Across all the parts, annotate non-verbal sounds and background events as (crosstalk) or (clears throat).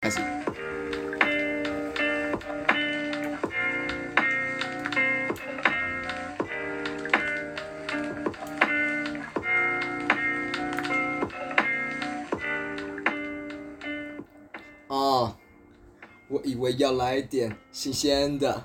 开始。哦，我以为要来一点新鲜的，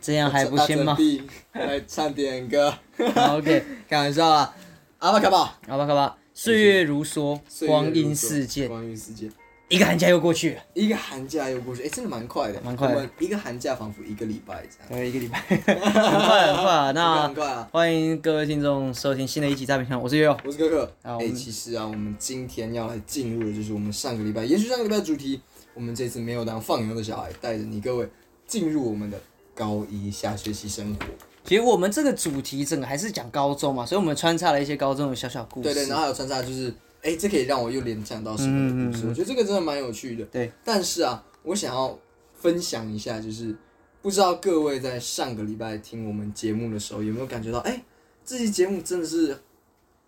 这样还不行吗大泽地来唱点歌， (laughs) 好？OK，开玩笑啦，阿巴卡巴，好吧，好吧。岁月如梭，岁月如光阴梭似箭，光阴似箭，一个寒假又过 (laughs) 去了。一个寒假又过去，哎，真的蛮快的，蛮快的我们一个寒假仿佛一个礼拜这样，对，一个礼拜，很快很快 (laughs) 啊。很快那啊欢迎各位听众收听新的一集《诈骗团》，我是悠悠。我是可可。哎、啊我们其实啊，我们今天要来进入的就是我们上个礼拜，也许上个礼拜的主题，我们这次没有当放牛的小孩，带着你各位进入我们的高一下学期生活。其实我们这个主题整个还是讲高中嘛，所以我们穿插了一些高中的小小故事。对对，然后还有穿插就是，哎、这可以让我又联想到什么的嗯故事？我觉得这个真的蛮有趣的。对，但是啊，我想要分享一下，就是不知道各位在上个礼拜听我们节目的时候，有没有感觉到，哎、这期节目真的是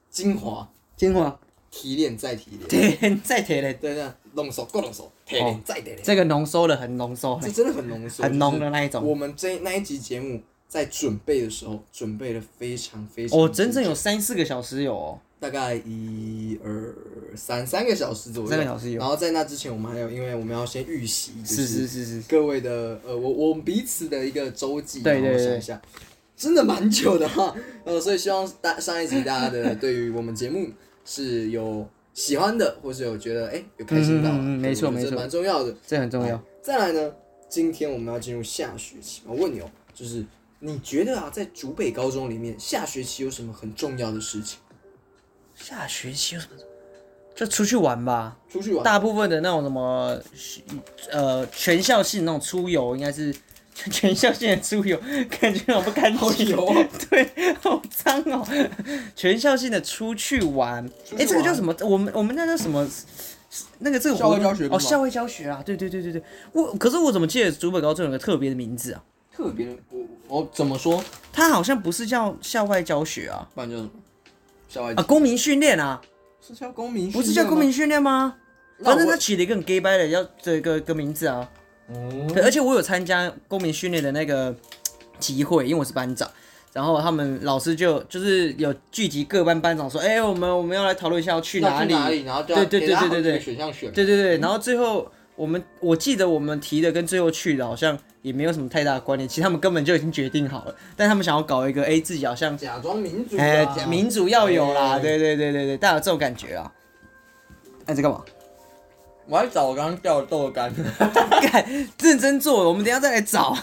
精华，(laughs) 金华提炼再提炼，天再铁嘞，对对，浓缩够浓缩，提炼再提炼。哦这个浓缩的很浓缩，这真的很浓缩，很浓就是的那一种。我们这那一集节目在准备的时候，准备了非常非常，哦，整整有三四个小时有哦。大概一二三三个小时左右，三个小时有然后在那之前，我们还有，因为我们要先预习，就是是是是，各位的呃，我我们彼此的一个周记，对对然后对想一下，真的蛮久的哈、 (laughs) 呃，所以希望大上一集大家的对于我们节目是有喜欢的，或是有觉得哎、有开心到的，嗯嗯嗯对没错我觉得没错这蛮重要的。这很重要。再来呢，今天我们要进入下学期。我问你哦，就是你觉得啊，在竹北高中里面，下学期有什么很重要的事情？下学期有什么？就出去玩吧。出去玩，大部分的那种什么，呃，全校性那种出游，应该是 (laughs) 全校性的出游，感觉好不干好净油哦 (laughs) 对，好脏哦。全校性的出去玩，出去玩哎、这个叫什么？我们我们那叫什么？那个这个校外活动教学不哦，是吗校外教学啊，对对对对对。我可是我怎么记得竹北高中有个特别的名字啊？特别的，我我怎么说？它好像不是叫校外教学啊，不然叫什么？校外啊，公民训练啊，是叫公民，不是叫公民？训练吗？那反正我他起了一个很 gay 掰的叫这个个名字啊。哦，对，而且我有参加公民训练的那个集会，因为我是班长。然后他们老师就就是有聚集各班班长说，哎、我们我们要来讨论一下要去哪要里。去哪里？嗯然后就要对对对给大家好几个对对对选项选。对对对，然后最后我们我记得我们提的跟最后去的好像也没有什么太大的关联，其实他们根本就已经决定好了，但他们想要搞一个，哎、自己好像假装民主啊，哎、民主要有啦，哎对对对对对，大家有这种感觉啊。哎、在干嘛？我还找我刚刚掉的豆 (laughs) 干。干， (laughs) 认真做，我们等一下再来找。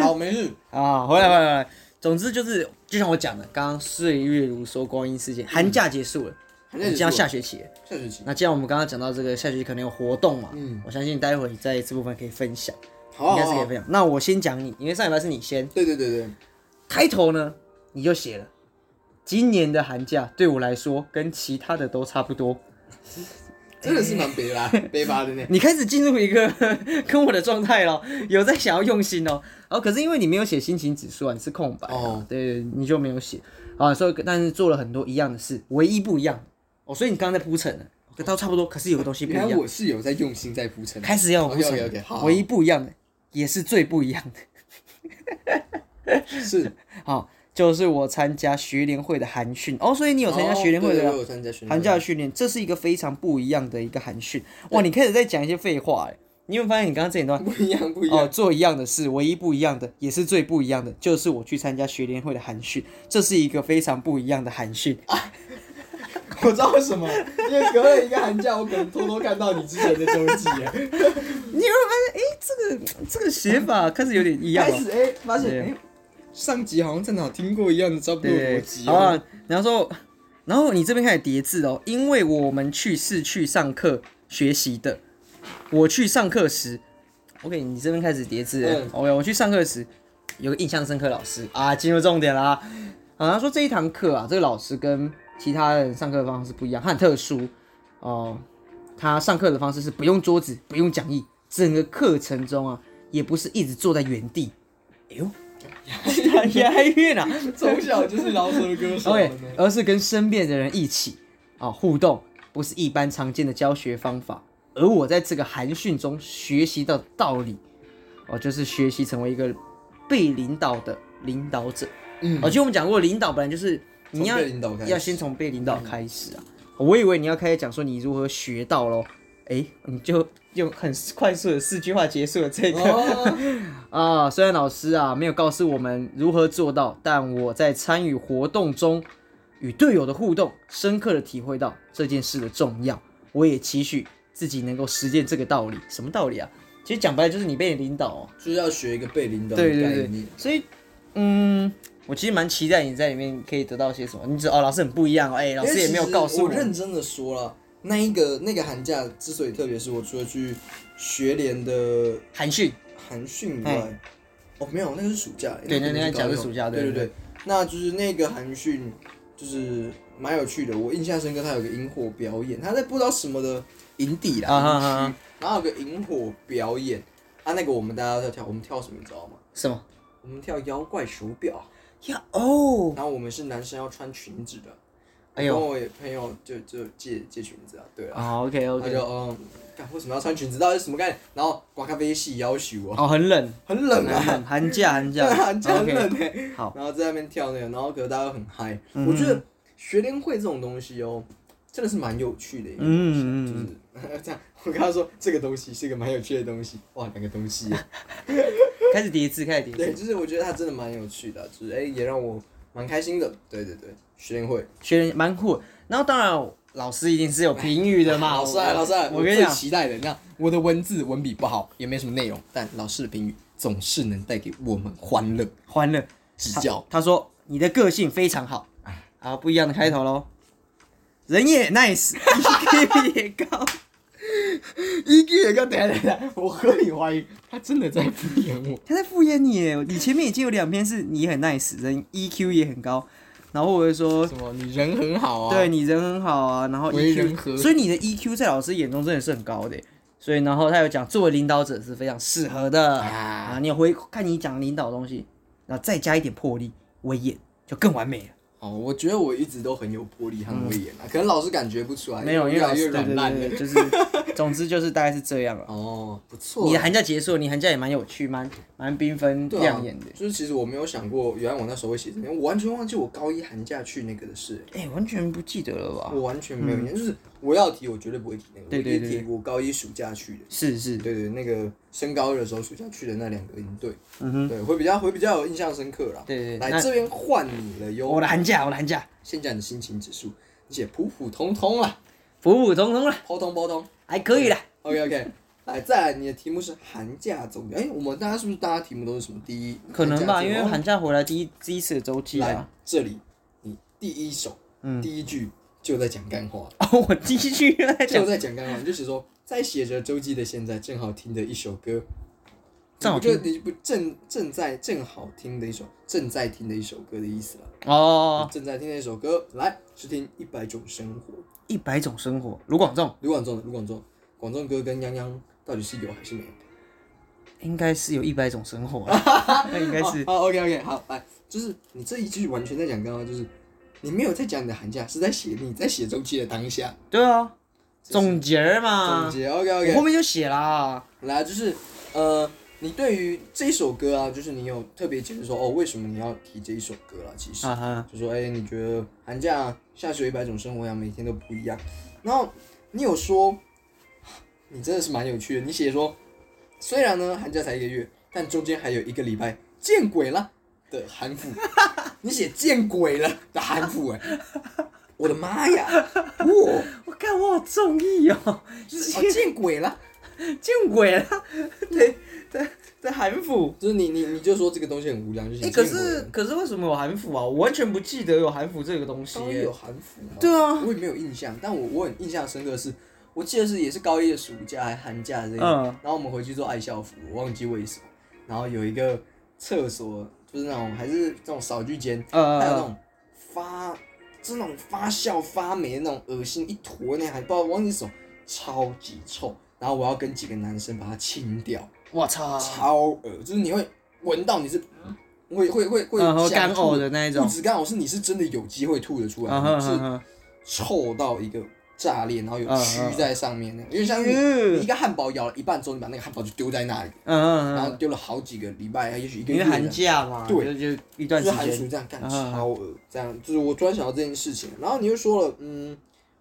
好，没事。啊，回来回来回来。总之就是，就像我讲的，刚刚岁月如梭，光阴似箭，寒假嗯结束了，寒假结束了我们即将下学期了。下学期，那既然我们刚刚讲到这个下学期可能有活动嘛，嗯我相信待会在这部分可以分享，好啊，应该是好可啊以分享。那我先讲你，因为上礼拜是你先。对对对对，开头呢，你就写了，今年的寒假对我来说跟其他的都差不多。真的是蛮悲啦，哎悲吧的呢。你开始进入一个 (laughs) 跟我的状态了，有在想要用心哦。然后可是因为你没有写心情指数啊，你是空白、啊，哦对，你就没有写啊。所以但是做了很多一样的事，唯一不一样哦。所以你刚刚在铺陈了，都差不多，可是有个东西不一原来样，我是有在用心在铺陈的。开始要有铺陈。 OK，OK，OK，好唯一不一样的，也是最不一样的，是，好、就是我参加学联会的寒训哦。所以你有参加学联会哦对对的、对我有参加学联会寒假的训练，这是一个非常不一样的一个寒训。哇，你开始在讲一些废话哎，你有没有发现你刚刚这一段？不一样，不一样。哦，做一样的事，唯一不一样的，也是最不一样的，就是我去参加学联会的寒训，这是一个非常不一样的寒训。 (laughs) 我知道为什么，因为隔了一个寒假，我可能偷偷看到你之前的周记啊了，你有没有发现，哎、这个这个写法开始有点一样啊开了。始哎、发现哎、上集好像在哪听过一样的，差不多逻对辑，好哦。啊，然后说，然后你这边开始叠字哦，因为我们去是去上课学习的，我去上课时，OK，你这边开始叠字了、嗯 o k 我去上课时有个印象深刻老师啊，进入重点啦、啊，他说这一堂课啊，这个老师跟其他人上课的方式不一样，他很特殊哦、他上课的方式是不用桌子，不用讲义，整个课程中啊，也不是一直坐在原地，哎呦。 (laughs) 押韵啊！从小就是饶舌歌手了 OK，呢。而是跟身边的人一起啊、互动，不是一般常见的教学方法，而我在这个寒训中学习到的道理，哦，就是学习成为一个被领导的领导者。嗯，哦，就我们讲过，领导本来就是你要从被领导开始嗯要先从被领导开始啊。我以为你要开始讲说你如何学到咯，诶，你就用很快速的四句话结束了这个。哦，啊，虽然老师啊没有告诉我们如何做到，但我在参与活动中与队友的互动，深刻的体会到这件事的重要。我也期许自己能够实践这个道理。什么道理啊？其实讲白了就是你被领导、哦。就是要学一个被领导的对概念。对对，所以嗯，我其实蛮期待你在里面可以得到些什么。你只哦，老师很不一样哦，哎、老因为师也其没有实告诉我。认真的说了，那一个那个寒假之所以特别，是我除了去学联的韩训，寒训以外，哦，没有，那个是暑假。哎对个那不那讲高是中暑假对对对对。那就是那个寒训，就是蛮有趣的。我印象深刻，他有个萤火表演，他在不知道什么的营地啦，啊哈营哈区，然后有个萤火表演。啊，那个我们大家都要跳，我们跳什么你知道吗？什么我们跳妖怪手表，呀？哦，然后我们是男生要穿裙子的。哎呦我跟我也朋友就就借借裙子啊，对啊，啊，OK 他就 OK，嗯，干为什么要穿裙子？到底是什么概念？然后刮咖啡系要求我，哦，很冷，很冷 (laughs) 很啊，冷，寒假 (laughs) 寒对假， (laughs) 啊，这样很 OK 冷欸好，然后在那边跳那个，然后可是大家都很嗨。嗯我觉得学联会这种东西哦，真的是蛮有趣的一个东西，嗯嗯嗯。就是 (laughs) 这样。我跟他说这个东西是一个蛮有趣的东西，哇，两个东西耶， (laughs) 开始叠字，开始叠对，字。就是我觉得它真的蛮有趣的啊，就是哎、也让我蛮开心的。对对对，学联会学人蛮酷的。然后当然，老师一定是有评语 (laughs) 的嘛。老师啊，我老师啊，我跟你讲最，期待的，那我的文字文笔不好，也没什么内容，但老师的评语总是能带给我们欢乐欢乐指教。他说你的个性非常好，哎啊，不一样的开头喽。人也 nice，EQ 也高。 (laughs) EQ 也高，等一下等一下，我合理怀疑他真的在敷衍我。他在敷衍你耶，你前面已经有两篇是你很 nice，人 EQ 也很高，然后我会说什么？你人很好啊？对，你人很好啊，然后为人和 EQ，所以你的 EQ 在老师眼中真的是很高的耶。所以然后他有讲，作为领导者是非常适合的啊啊。你有回看你讲领导的东西，然后再加一点魄力、威严，就更完美了。哦，我觉得我一直都很有魄力和威严啊，可能老是感觉不出来，嗯没有，因越为来老越师对软对烂对了。对，就是 (laughs) 总之就是大概是这样了。哦，不错。你的寒假结束，你寒假也蛮有趣，蛮蛮缤纷对啊亮眼的。就是其实我没有想过，原来我那时候会写这篇，我完全忘记我高一寒假去那个的事，哎、完全不记得了吧？我完全没有印象。就是我要提，我绝对不会提那个，嗯对对我一对定提我高一暑假去的。是是，对对，那个升高二的时候暑假去的那两个营队，嗯哼，对，会比较会比较有印象深刻啦。对对对来那这边换你了哟。我的寒假，我的寒假，现在你的心情指数，你写普普通通啊啦，普普通通了，普通普通。还可以了。 OK OK，来再来，你的题目是寒假总结。哎、我们大家是不是大家题目都是什么第一？可能吧，因为寒假啊寒假回来第一第一次的周总记结啊来。这里，你第一首，嗯第一句就在讲干话， (laughs) 哦，我第一句又在讲就，在讲干话，你就是说，在写着周记的现在，正好听的一首歌。正好你不就你不正正在正好听的一首正在听的一首歌的意思了。哦，正在听的一首歌，来试听《一百种生活》。一百种生活，卢广仲卢广仲的卢广仲，广仲哥跟泱泱到底是有还是没有？应该是有一百种生活啊， (laughs) 那应该是好，OK OK，好，哦来，就是你这一句完全在讲刚刚，就是你没有在讲你的寒假，是在写你在写周期的当下对啊，这是总结啊儿总嘛，结。OK 我后 OK，面就写啦。来啊就是呃，你对于这首歌啊，就是你有特别解释说哦，为什么你要提这一首歌啦？其实啊哈，就说哎、你觉得寒假下学一百种生活呀，每天都不一样。然后你有说，你真的是蛮有趣的。你写说，虽然呢寒假才一个月，但中间还有一个礼拜，见鬼了的韩服，你写见鬼了的韩服、哎，我的妈呀，哇、我看我好中意哦，就是哦见鬼了。见鬼了， (laughs) 对对对，韩服。就是你你你就说这个东西很无聊，就写哎、见可鬼是了。可是为什么有韩服啊？我完全不记得哦有韩服这个东西高一耶、有韩服吗？对啊，我也没有印象，但我我很印象深刻的是，我记得是也是高一的暑假还寒假这个，嗯然后我们回去做爱校服，我忘记为什么，然后有一个厕所就是那种还是那种扫地间，还有那呃，种发就是那种发酵发霉的那种恶心一坨那样还不知道忘记是什么，超级臭，然后我要跟几个男生把它清掉，我操，超恶，就是你会闻到你是。会会会会嗯会想干吐呕的那一种呃不止干呕，是你是真的有机会吐得出来，啊哈是哈，臭到一个炸裂，然后有蛆在上面那样，因为像你你嗯一个汉堡咬了一半之后，你把那个汉堡就丢在那里，嗯嗯然后嗯，丢了好几个礼拜，也许一个因月这样。为寒假嘛，对就就一段时就是寒间，暑这样干嗯嗯嗯超恶，这样就是我突然想到这件事情。然后你又说了，嗯，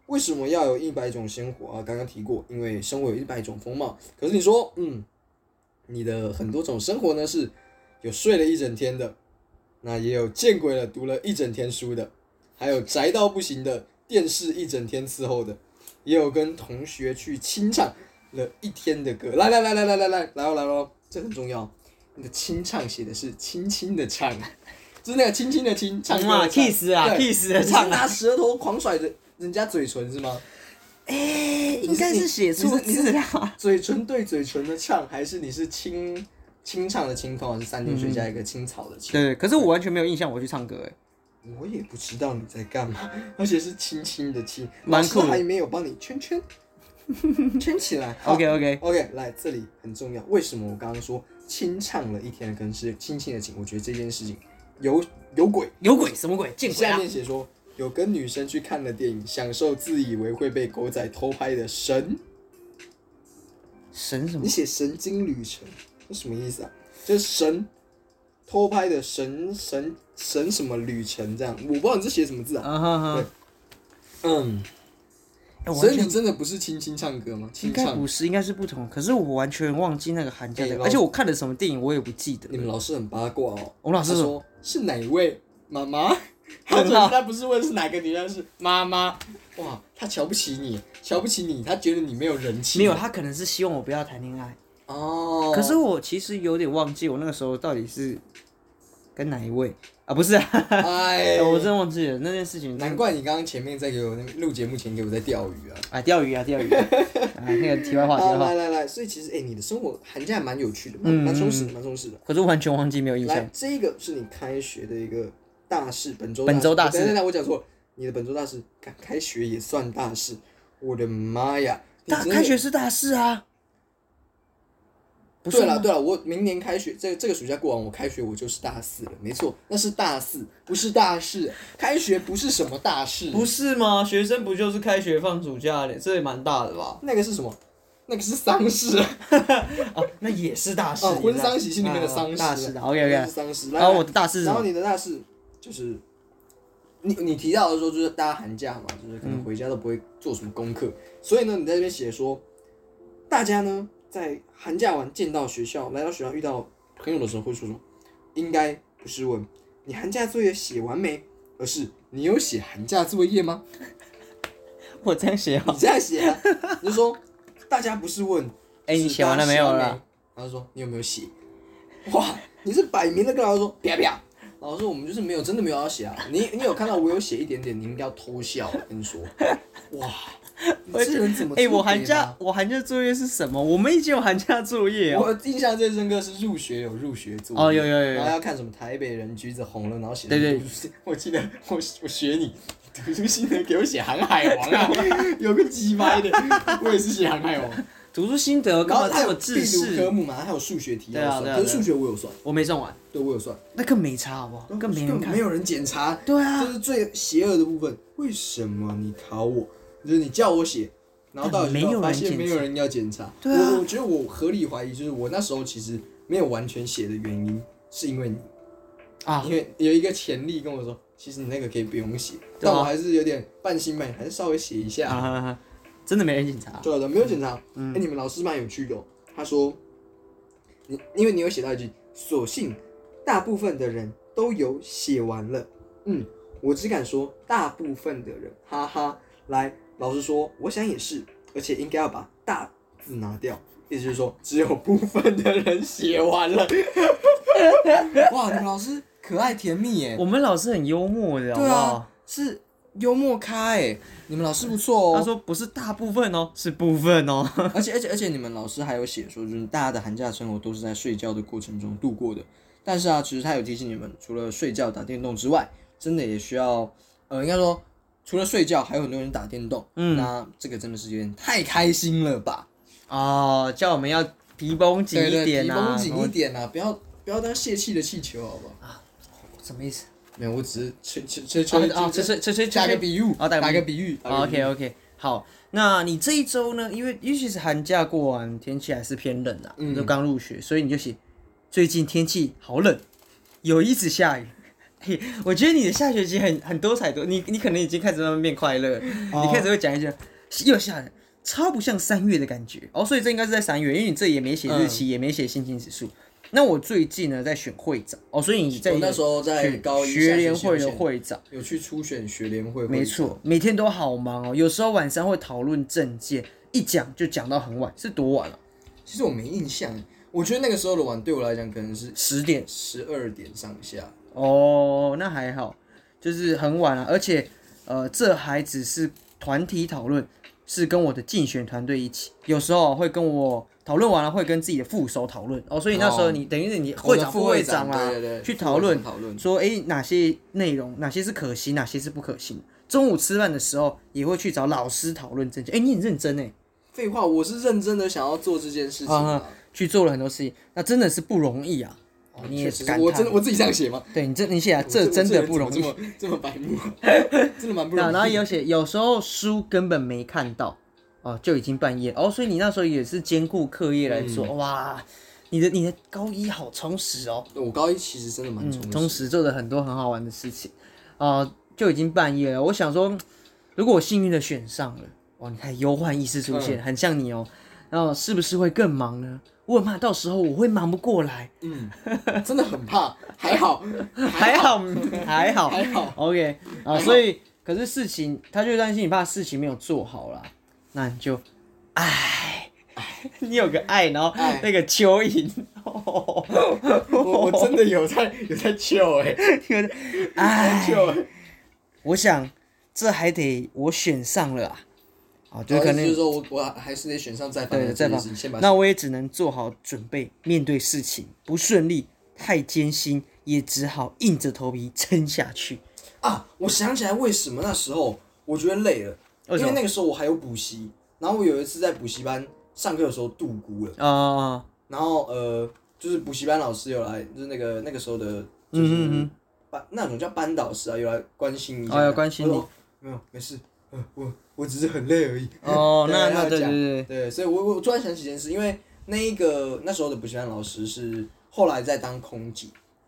为什么要有一百种鲜活啊？刚刚提过，因为生活有一百种风貌。可是你说，嗯，你的很多种生活呢是有睡了一整天的，那也有见鬼了读了一整天书的，还有宅到不行的，电视一整天伺候的，也有跟同学去清唱了一天的歌。来来来来来来来来哦来喽，这很重要。你的清唱写的是轻轻的唱，就是那个轻轻的轻，唱歌嘛的唱，kiss 啊对，kiss 的 (laughs) 唱你是啊，拿舌头狂甩着人家嘴唇是吗？哎，应该是写错字啊了，嘴唇对嘴唇的唱，还是你是清清唱的清，通常是三点水嗯加一个青草的青。 (laughs) 对，可是我完全没有印象我去唱歌，哎，我也不知道你在干 (laughs) 嘛，而且是轻轻的轻，蛮老师酷的还没有帮你圈圈 (laughs) 圈起 (laughs) 来。好 OK OK， OK，来这里很重要。为什么我刚刚说清唱了一天的歌是轻轻的轻？我觉得这件事情有有鬼。有鬼什么鬼，见鬼下啊！面写说有跟女生去看了电影，享受自以为会被狗仔偷拍的神。神什么你？写神经旅程，这什么意思啊？就是神偷拍的神神神什么旅程这样，我不知道你这写什么字啊。啊哈哈对，嗯，哎我所完以全你真的不是轻轻唱歌吗？应轻该唱不，是，应该是不同。可是我完全忘记那个寒假哎的，老而且我看了什么电影我也不记得。你们老师很八卦哦。我们老师他说说是哪一位妈妈？ (laughs) 他问准号他不是问是哪个女生，是妈妈。哇，他瞧不起你，瞧不起你，他觉得你没有人气。没有，他可能是希望我不要谈恋爱。哦。可是我其实有点忘记我那个时候到底是跟哪一位啊？不是、啊，哎， (laughs) 我真的忘记了那件事情。难怪你刚刚前面在给我那边录节目前给我在钓鱼啊。啊，钓鱼啊，钓鱼啊， (laughs) 啊那个题外话，题好，外话。来来来，所以其实哎、你的生活寒假还蛮有趣的，蛮嗯蛮充实的，蛮充实的。可是完全忘记，没有印象来。，这个是你开学的一个大事，本周本周大事等等等，我讲错了，你的本周大事，干开学也算大事，我的妈呀！你大真的开学是大事啊，不是对吗了？对了，我明年开学，这这个暑假过完，我开学我就是大四了，没错，那是大四，不是大事。开学不是什么大事，不是吗？学生不就是开学放暑假的，这也蛮大的吧？那个是什么？那个是丧事，啊，那也是大事。哦，也是婚大丧喜庆里面的啊丧事、大事的，OK 那 OK 是。丧事。来然后来我的大事是什然后么？你的大事就是，你你提到的时候就是大家寒假嘛，就是可能回家都不会做什么功课，所以呢，你在这边写说，大家呢在寒假完见到学校，来到学校遇到朋友的时候会说什么？应该不是问你寒假作业写完没，而是你有写寒假作业吗？我这样写好。你这样写、啊，你就说大家不是问，哎你是写完了大家没有写完啦？然后说你有没有写？ (laughs) 哇，你是摆明的跟老师说不要不要。老师说我们就是没有，真的没有要写啊。你你有看到我有写一点点，你应该要偷笑。我跟你 (laughs) 说，哇，你这人怎么？哎、我寒假，我寒假作业是什么？我们已经有寒假作业哦。啊我印象最深刻是入学有入学作业哦有有有有然后要看什么台北人橘子红了，然后写对对读书心我记得 (laughs) 我我学你读书心得给我写航海王啊， (laughs) 有个鸡掰的，我也是写航海王。读书心得然干后嘛还这有么必自读科私？目嘛，还有数学题对要啊算，对啊可对是啊数学我有算，我没送完，对我有算，那更没差好不好？更没人哦根本看没。有人检查，对啊这是最邪恶的部分。为什么你考我？就是你叫我写，然后到底但没有人发现没有检查人要检查。对啊我我觉得我合理怀疑，就是我那时候其实没有完全写的原因，是因为你，啊因为有一个潜力跟我说，其实你那个可以不用写，对但啊我还是有点半信半疑，还是稍微写一下。啊！真的没人检查。对的，没有检查。哎、嗯你们老师蛮有趣的、哦，他说，你因为你有写到一句，所幸大部分的人都有写完了。嗯，我只敢说大部分的人，哈哈。来，老师说，我想也是，而且应该要把大字拿掉，意思就是说只有部分的人写完了。 (laughs) 哇，你们老师可爱甜蜜耶我们老师很幽默的，好对不啊好？，是幽默咖哎，你们老师不错哦他说不是大部分哦，是部分哦。而且而且而且，你们老师还有写说，就是大家的寒假生活都是在睡觉的过程中度过的。但是啊，其实他有提醒你们，除了睡觉、打电动之外，真的也需要，呃，应该说，除了睡觉，还有很多人打电动。嗯那这个真的是有点太开心了吧？哦，叫我们要皮绷紧对一对，点皮绷啊！紧一我点啊，不要不要当泄气的气球，好不好？什么意思？没有，我只是吹吹吹吹啊啊，吹吹吹吹打个吹。比喻，哦打个比喻打个比喻。 OK OK，好，那你这一周呢？因为尤其是寒假过完，天气还是偏冷啊，嗯就刚入学，所以你就写最近天气好冷，有一直下雨。嘿，我觉得你的下学期很很多彩多，你你可能已经开始慢慢变快乐了，哦你开始会讲一些又下了，超不像三月的感觉。哦，所以这应该是在三月，因为你这也没写日嗯期，也没写心情指数。那我最近呢在选会长，哦，所以你在我那时候在选高一学下联学期会有的写会长。有去初选学联会，没，错，每天都好忙哦。有时候晚上会讨论政见，一讲就讲到很晚，是多晚啊？其实我没印象，我觉得那个时候的晚对我来讲可能是十点十二点上下，哦，那还好，就是很晚了、啊而且，呃，这还只是团体讨论，是跟我的竞选团队一起。有时候会跟我讨论完了，会跟自己的副手讨论哦。所以那时候你、等于是你我会长、的副副会会长长啊，对对对去讨论副会长讨论说诶哪些内容，哪些是可行，哪些是不可行。中午吃饭的时候也会去找老师讨论政见。诶，你很认真诶。废话，我是认真的想要做这件事情、啊。去做了很多事情，那真的是不容易啊！哦，你也确实感是我真的叹，我自己这样写吗？对你这你写啊，我 (laughs) 这我真的人不容怎易。么这么这么白目啊， (laughs) 真的蛮不然后容然易。后也有写，有时候书根本没看到，哦，就已经半夜哦，所以你那时候也是兼顾课业来做，嗯哇，你的你的高一好充实哦，我高一其实真的蛮充嗯，实，充实做了很多很好玩的事情，啊、就已经半夜了。我想说，如果我幸运的选上了，哇，你看忧患意识出嗯现，很像你哦，然后是不是会更忙呢？我很怕到时候我会忙不过来。嗯，真的很怕， (laughs) 还好， (laughs) 还好，还好，还好。 OK 啊，所以可是事情，他就担心你怕事情没有做好啦，那你就，唉，你有个爱，然后唉那个蚯蚓，哦我我真的有在有在 chill 哎、欸、唉，，chill，我想这还得我选上了啊，啊，就可然后哦就是能说我我还是得选上再犯对的再这吧件事情，先把那我也只能做好准备，面对事情不顺利，太艰辛，也只好硬着头皮撑下去。啊，我想起来为什么那时候我觉得累了，为什因么为那个时候我还有补习，然后我有一次在补习班上课的时候度孤了，啊，然后呃，就是补习班老师有来，就是那个那个时候的，就嗯嗯是嗯班那种叫班导师啊，有来关心一下，哦有关心你我说，没有没事，呃我我只是很累而已。哦，对那要那 (laughs) 对对讲对。对，所以我我突然想起一件事，因为那一个那时候的补习班老师是后来在当空姐，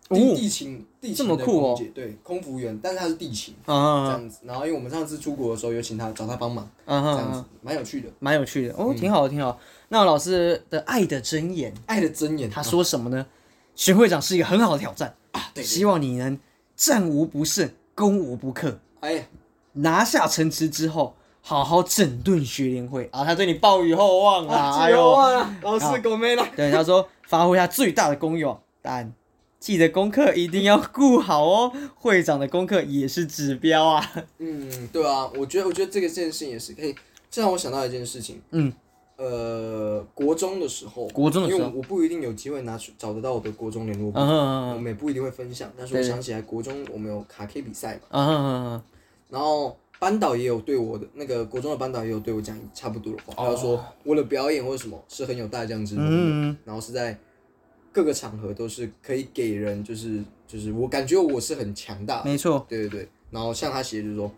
地哦地勤地这勤么的酷哦空姐，对，空服员，但是他是地勤这啊样子。然后因为我们上次出国的时候有请他找他帮忙，啊这样子啊！蛮有趣的。蛮有趣的哦，挺好的，挺好的。那老师的爱的箴言，爱的箴言，他说什么呢？选会长是一个很好的挑战，啊，对，希望你能战无不胜，攻无不克，哎呀，拿下城池之后，好好整顿学联会啊！他对你抱以厚望啊！ (laughs) 哎哎呦，呦，忘了老师啊狗没了。对，他说发挥他最大的功用，但记得功课一定要顾好哦。会长的功课也是指标啊。嗯，对啊，我觉得我觉得这个这件事情也是可以，这让我想到一件事情。嗯，呃，国中的时候，国中的时候因为我我不一定有机会拿出找得到我的国中联络簿，嗯嗯我嗯们也不一定会分享。但是我想起来，国中我们有卡 K 比赛嘛，嗯嗯然后班导也有对我的那个国中的班导也有对我讲差不多的话，他就说我的表演或者什么是很有大将之风的，嗯然后是在各个场合都是可以给人就是就是我感觉我是很强大嗯，的，没错。对对对，然后像他写的就是说，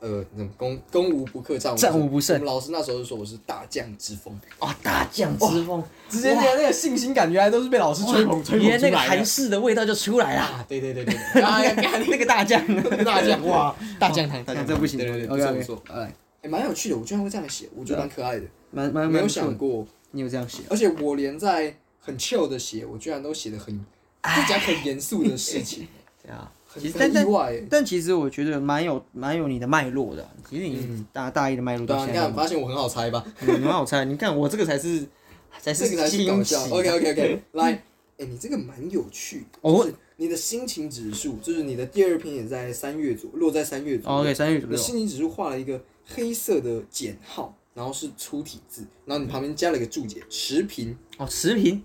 呃，那种攻攻无不克，战无战无不胜我们老师那时候就说我是大将之风，哦，大将之风，直接连那个信心感觉还都是被老师吹捧吹捧连出那个来韩的。 (laughs) 式的味道就出来了。啊，对对对对，对啊，那个大将，那个大将哇，大将堂，大将堂这不行，对对对，OK 不 OK，错哎，哎，蛮有趣的，我居然会这样写，我觉得蛮可爱的，蛮蛮没有蛮不错想的，过，你有这样写，而且我连在很 chill 的写，我居然都写的很，就讲很严肃的事 (laughs) 情，对啊，很哎其实但很但意外啊耶。但其实我觉得蛮有蛮有你的脉络的，其实你大大一的脉络对到啊，你现在看，，发现我很好猜吧？嗯蛮好猜，你看我这个才是才这是个才是搞惊喜笑。OK OK (laughs) OK，来，哎、你这个蛮有趣的，哦就是你的心情指数，就是你的第二篇也在三月左，落在三月左右。哦，OK 三月左你的右，心情指数画了一个黑色的减号，然后是粗体字，然后你旁边加了一个注解，持平。哦持平，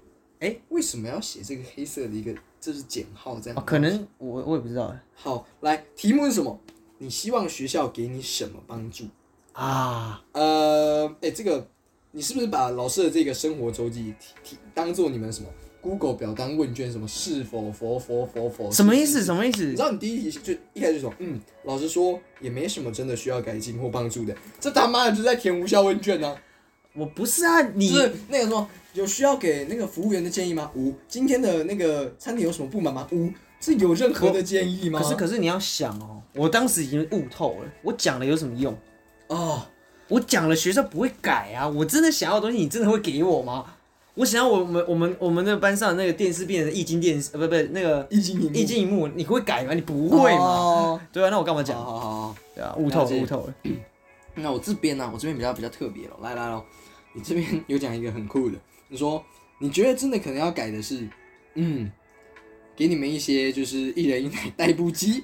为什么要写这个黑色的一个，这是减号这样？哦可能我我也不知道好，来，题目是什么？你希望学校给你什么帮助？啊，呃，哎、这个你是不是把老师的这个生活周记提提当做你们什么 Google 表单问卷什么是否否否否否，什么意思？是什么意不是？你思知？道你第一题就一开始就说，嗯，老实说也没什么真的需要改进或帮助的，这他妈的就是在填无效问卷呢、啊我不是啊，你就是那个什么，有需要给那个服务员的建议吗？无。今天的那个餐点有什么不满吗？无。这有任何的建议吗？可是可是你要想哦，我当时已经悟透了，我讲了有什么用？啊，我讲了学校不会改啊，我真的想要的东西，你真的会给我吗？我想要我们我们我们的班上那个电视变成液晶电视，呃不不那个一经液晶荧幕，你会改吗？你不会嘛？哦对啊，那我干嘛好讲？好好好。对啊，悟透了了解悟透了。那我这边呢、我这边比较比较特别了，来来咯，你这边有讲一个很酷的，你说你觉得真的可能要改的是，嗯，给你们一些就是一人一台代步机。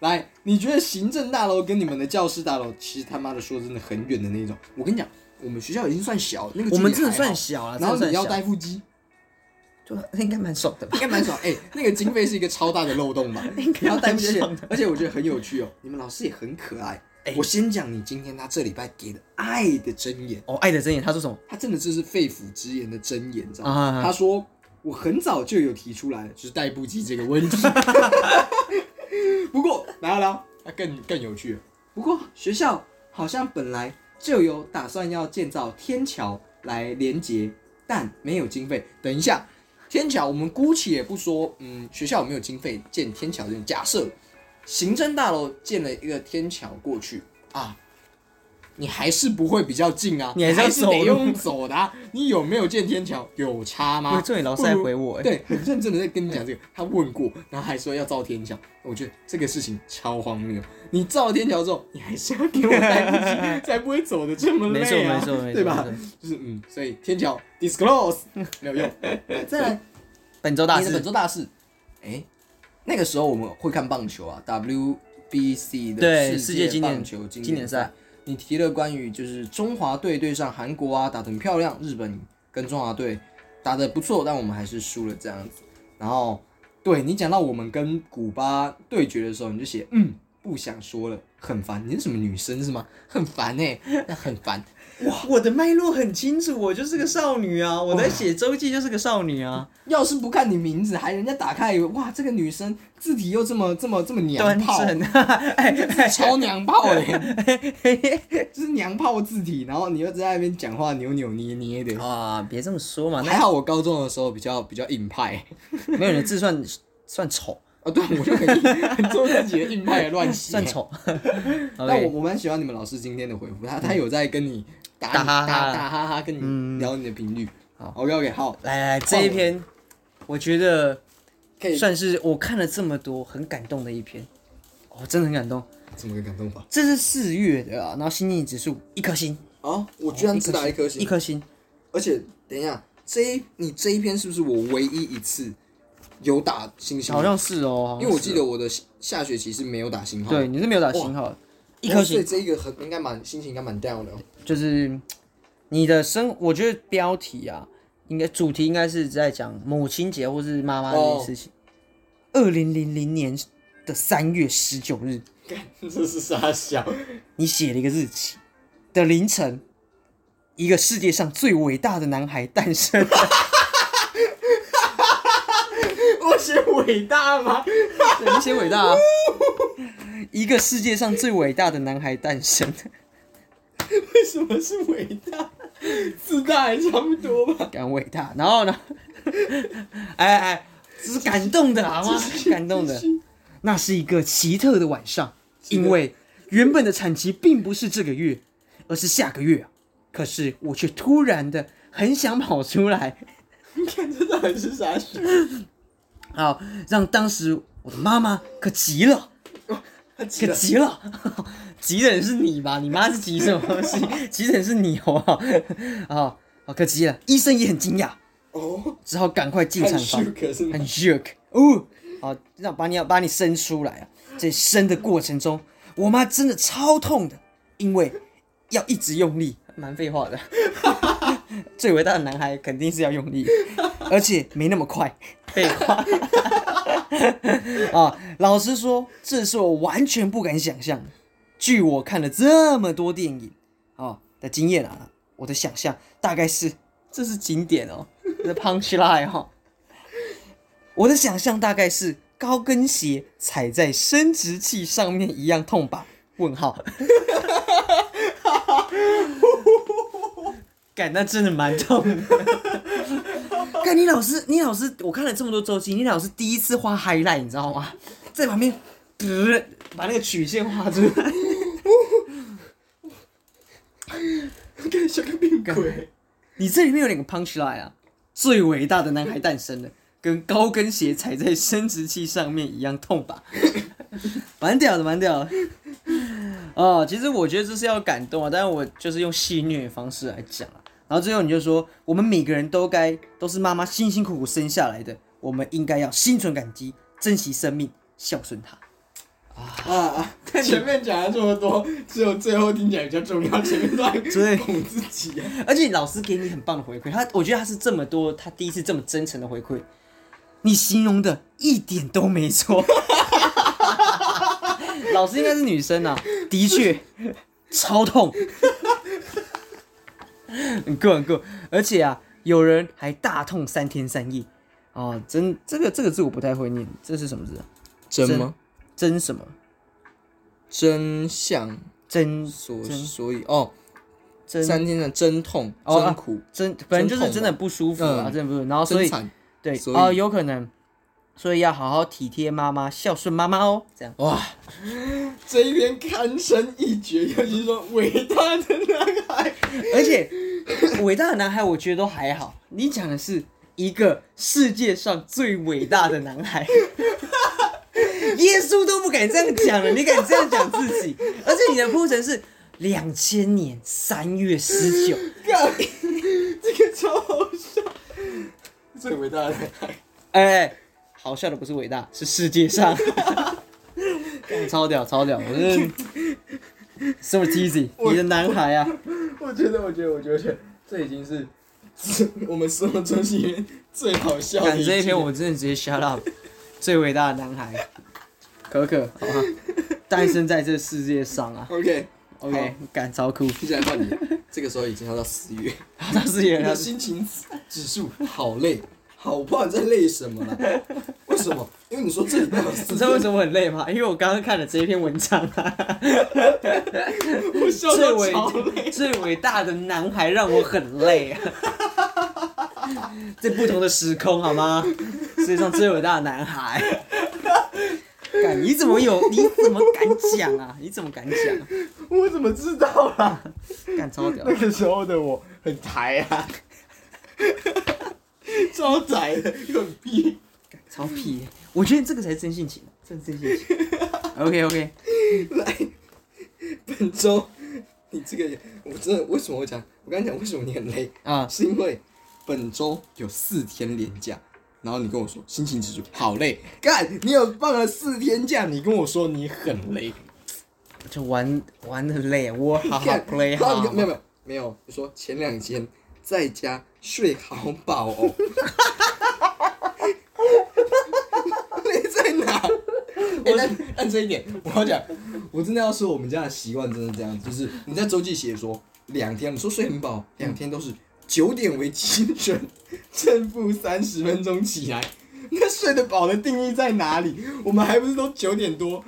来，你觉得行政大楼跟你们的教师大楼，其实他妈的说真的很远的那种。我跟你讲，我们学校已经算小，那个距我们离真的还算好小啊，真然的后算你要小，代付机，对啊，那应该蛮爽的吧？应该蛮爽。哎、那个经费是一个超大的漏洞吧？ (laughs) 应该然后蛮但是爽的。而且我觉得很有趣哦，你们老师也很可爱。哎我先讲你今天他这礼拜给的爱的箴言，哦，爱的箴言，他说什么？他真的就是肺腑之言的箴言，你知道吗？啊他说我很早就有提出来，就是代步机这个问 (laughs) 题。不过来了来了，啊那更更有趣了。不过学校好像本来就有打算要建造天桥来连接，但没有经费。等一下，天桥我们姑且不说，嗯，学校有没有经费建天桥这件事？假设行政大楼建了一个天桥过去啊。你还是不会比较近啊，你还是要得走路用走的、啊。你有没有建天桥？有差吗？我终于老师还回我，哎，对，很认真的在跟你讲这个。他问过，然后还说要造天桥，我觉得这个事情超荒谬。你造了天桥之后，你还是要给我带进 (laughs) 去，才不会走的这么累、哎没啊、错没错没错，对吧没错？就是嗯，所以天桥 disclose (laughs) 没有用。来再来，本周大你的本事，周大事，哎、那个时候我们会看棒球啊，WBC 的对世世界经典棒球经经典赛赛。你提了关于就是中华队对上韩国啊，打得很漂亮，日本跟中华队打得不错，但我们还是输了这样子。然后对你讲到我们跟古巴对决的时候，你就写嗯不想说了，很烦。你是什么女生是吗？很烦哎、很烦。我的脉络很清楚，我就是个少女啊，我在写周记就是个少女啊，要是不看你名字，还人家打开以为哇，这个女生字体又这么这么这么娘端炮，正， (laughs) 哎哎超娘炮哎、 (laughs) 就是娘炮字体，然后你又在那边讲话扭扭捏捏的。啊，别这么说嘛，那还好我高中的时候比较比较硬派， (laughs) 没有人字算算 (laughs) 丑，啊，对，我就很硬 (laughs) 很做自己的硬派的乱写。算丑。但我 OK，嗯我蛮喜欢你们老师今天的回复，他他有在跟你打你打哈哈打啦打哈哈，跟你聊你的频率。好，OK OK，好，来来来，这一篇我觉得可以算是我看了这么多很感动的一篇，哦，真的很感动。怎么个感动法？这是四月的啊，然后心情指数一颗星，啊，我居然只打一颗一星，颗星，而且等一下，这一你这一篇是不是我唯一一次有打星星？好像是哦，好像因为我是记得我的下下学期是没有打星号的，对你是没有打星号的，一颗星哦所以这一个很应该蛮心情应该蛮 down 的哦。就是嗯你的生，我觉得标题啊，应该主题应该是在讲母亲节或是妈妈这件事情。二零零零年的三月十九日， (laughs) 这是傻 (laughs) 笑。你写了一个日期的凌晨，一个世界上最伟大的男孩诞 (laughs) 生。我写伟大吗？ (laughs) 你写伟大、啊， (laughs) 一个世界上最伟大的男孩诞生。 (laughs) 为什么是伟大？ (laughs) 自大还差不多吧。感伟大。然后呢， (laughs) 哎哎，这是感动的好吗？感动的。那是一个奇特的晚上，因为原本的产期并不是这个月，而是下个月啊。可是我却突然的很想跑出来，你看这到底是傻 (laughs) 笑？啊，让当时我的妈妈可急了。他可急了， (laughs) 急的人是你吧？你妈是急什么东西？急的人是你，好不 (laughs) 好？啊啊，可急了，医生也很惊讶，哦，只好赶快进看产房书。可是很 shook 哦，好，让把你要把你生出来啊！这生的过程中，我妈真的超痛的，因为要一直用力，蛮废话的。 (laughs) 最伟大的男孩肯定是要用力，而且没那么快。废话 (laughs) 啊！老实说，这是我完全不敢想象的。据我看了这么多电影啊的经验啊，我的想象大概是这是景点哦，这 punch line 哦。我的想象大概是高跟鞋踩在生殖器上面一样痛吧？问 (laughs) 号。感那真的蛮痛 (laughs) 的。看你老师，你老师，我看了这么多周期，你老师第一次画 highlight，你知道吗？在旁边， (laughs) 呃把那个曲线画出来。看像个病鬼。你这里面有两个 punch line 啊，最伟大的男孩诞生了，跟高跟鞋踩在生殖器上面一样痛吧？蛮屌的，蛮屌的。哦，其实我觉得这是要感动啊，但是我就是用戏虐的方式来讲啊。然后最后你就说，我们每个人都该都是妈妈辛辛苦苦生下来的，我们应该要心存感激，珍惜生命，孝顺她。啊啊！看前面讲了这么多，只有最后听起来比较重要，前面都在对捧自己、啊。 (laughs) 而且老师给你很棒的回馈，他我觉得他是这么多他第一次这么真诚的回馈，你形容的一点都 (laughs) 没错。老师应该是女生啊，的确超痛，很够很够，而且啊，有人还大痛三天三夜。哦，真这个这个字我不太会念，这是什么字、啊？真吗？真什么？真相真所真所以哦，真三天的真痛、哦啊真苦、真，反正就是真痛吧真的不舒服啊，嗯真的不舒服。然后所真以惨。对，所以哦，有可能，所以要好好体贴妈妈，孝顺妈妈哦。这样，哇， (laughs) 这一篇堪称一绝，尤其是说伟大的男孩。而且伟大的男孩，我觉得都还好。你讲的是一个世界上最伟大的男孩， (laughs) 耶稣都不敢这样讲了，你敢这样讲自己？而且你的铺陈是两千年三月十九，干， (laughs) 这个超好笑。最伟大的男孩，哎，好笑的不是伟大，是世界上。 (laughs) 干超屌，超屌！我是 (laughs) Super Teasy，你的男孩啊，我觉得，我觉得，我觉得我觉得，这已经是 (laughs) 我们所有中戏里面最好 (laughs) 笑的感一这一篇篇，我真的直接 shut up。最伟大的男孩，可可，好吧，诞生在这世界上啊。 OK OK， (laughs) OK，感超酷。接下来换你。这个时候已经要到四月，他是也你的心情指数 (laughs) 好累，好怕在累什么了？为什么？因为你说这里到 (laughs) 你四知道为什么我很累吗？因为我刚刚看了这一篇文章 (laughs) 啊， (laughs) 我笑最到伟超累。最伟大的男孩让我很累啊， (laughs) 在不同的时空好吗？世界上最伟大的男孩，干你怎么有？你怎么敢讲啊？你怎么敢讲、啊？我怎么知道啦？干超屌！那个时候的我很抬啊， (laughs) 超抬的，又很屁。超屁耶！我觉得这个才是真性情，啊这是真性情。(laughs) OK OK，来，本周你这个，我真的为什么我讲？我刚才讲为什么你很累，啊，是因为本周有四天连假。然后你跟我说心情指数好累，干，你有放了四天假，你跟我说你很累，就玩玩的 (laughs) 累，我好好干 play 然后好你好跟。没有没有没有，我说前两天在家睡好饱哦，累在哪？我认认真一点，我要讲，我真的要说我们家的习惯真的这样，就是你在周记写说两天，我们说睡很饱，两天都是九点为基准，正负三十分钟起来。那睡得饱的定义在哪里？我们还不是都九点多，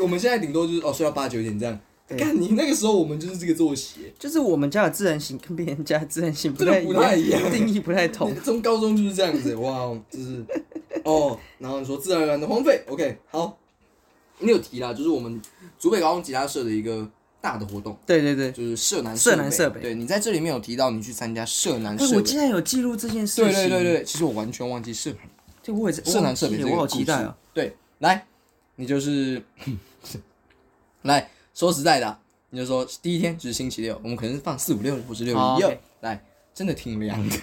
我们现在顶多就是哦睡到八九点这样。对看你那个时候，我们就是这个作息，就是我们家的自然醒跟别人家的自然醒不真的太不太一样定义不太同。从高中就是这样子，哇，就是哦，然后你说自然而然的荒废，OK，好，你有提啦，就是我们竹北高中吉他社的一个大的活动，对对哎对，就是社南社南社北，北对，你在这里面有提到你去参加社南哎，社我北，竟然有记录这件事情。对对对对，对，其实我完全忘记社南对，我也是社南社北这个我好故期事待啊！！对，来，你就是来说实在的啊，你就说第一天就是星期六，我们可能是放四五六或是六好一，OK 六，来，真的挺凉的。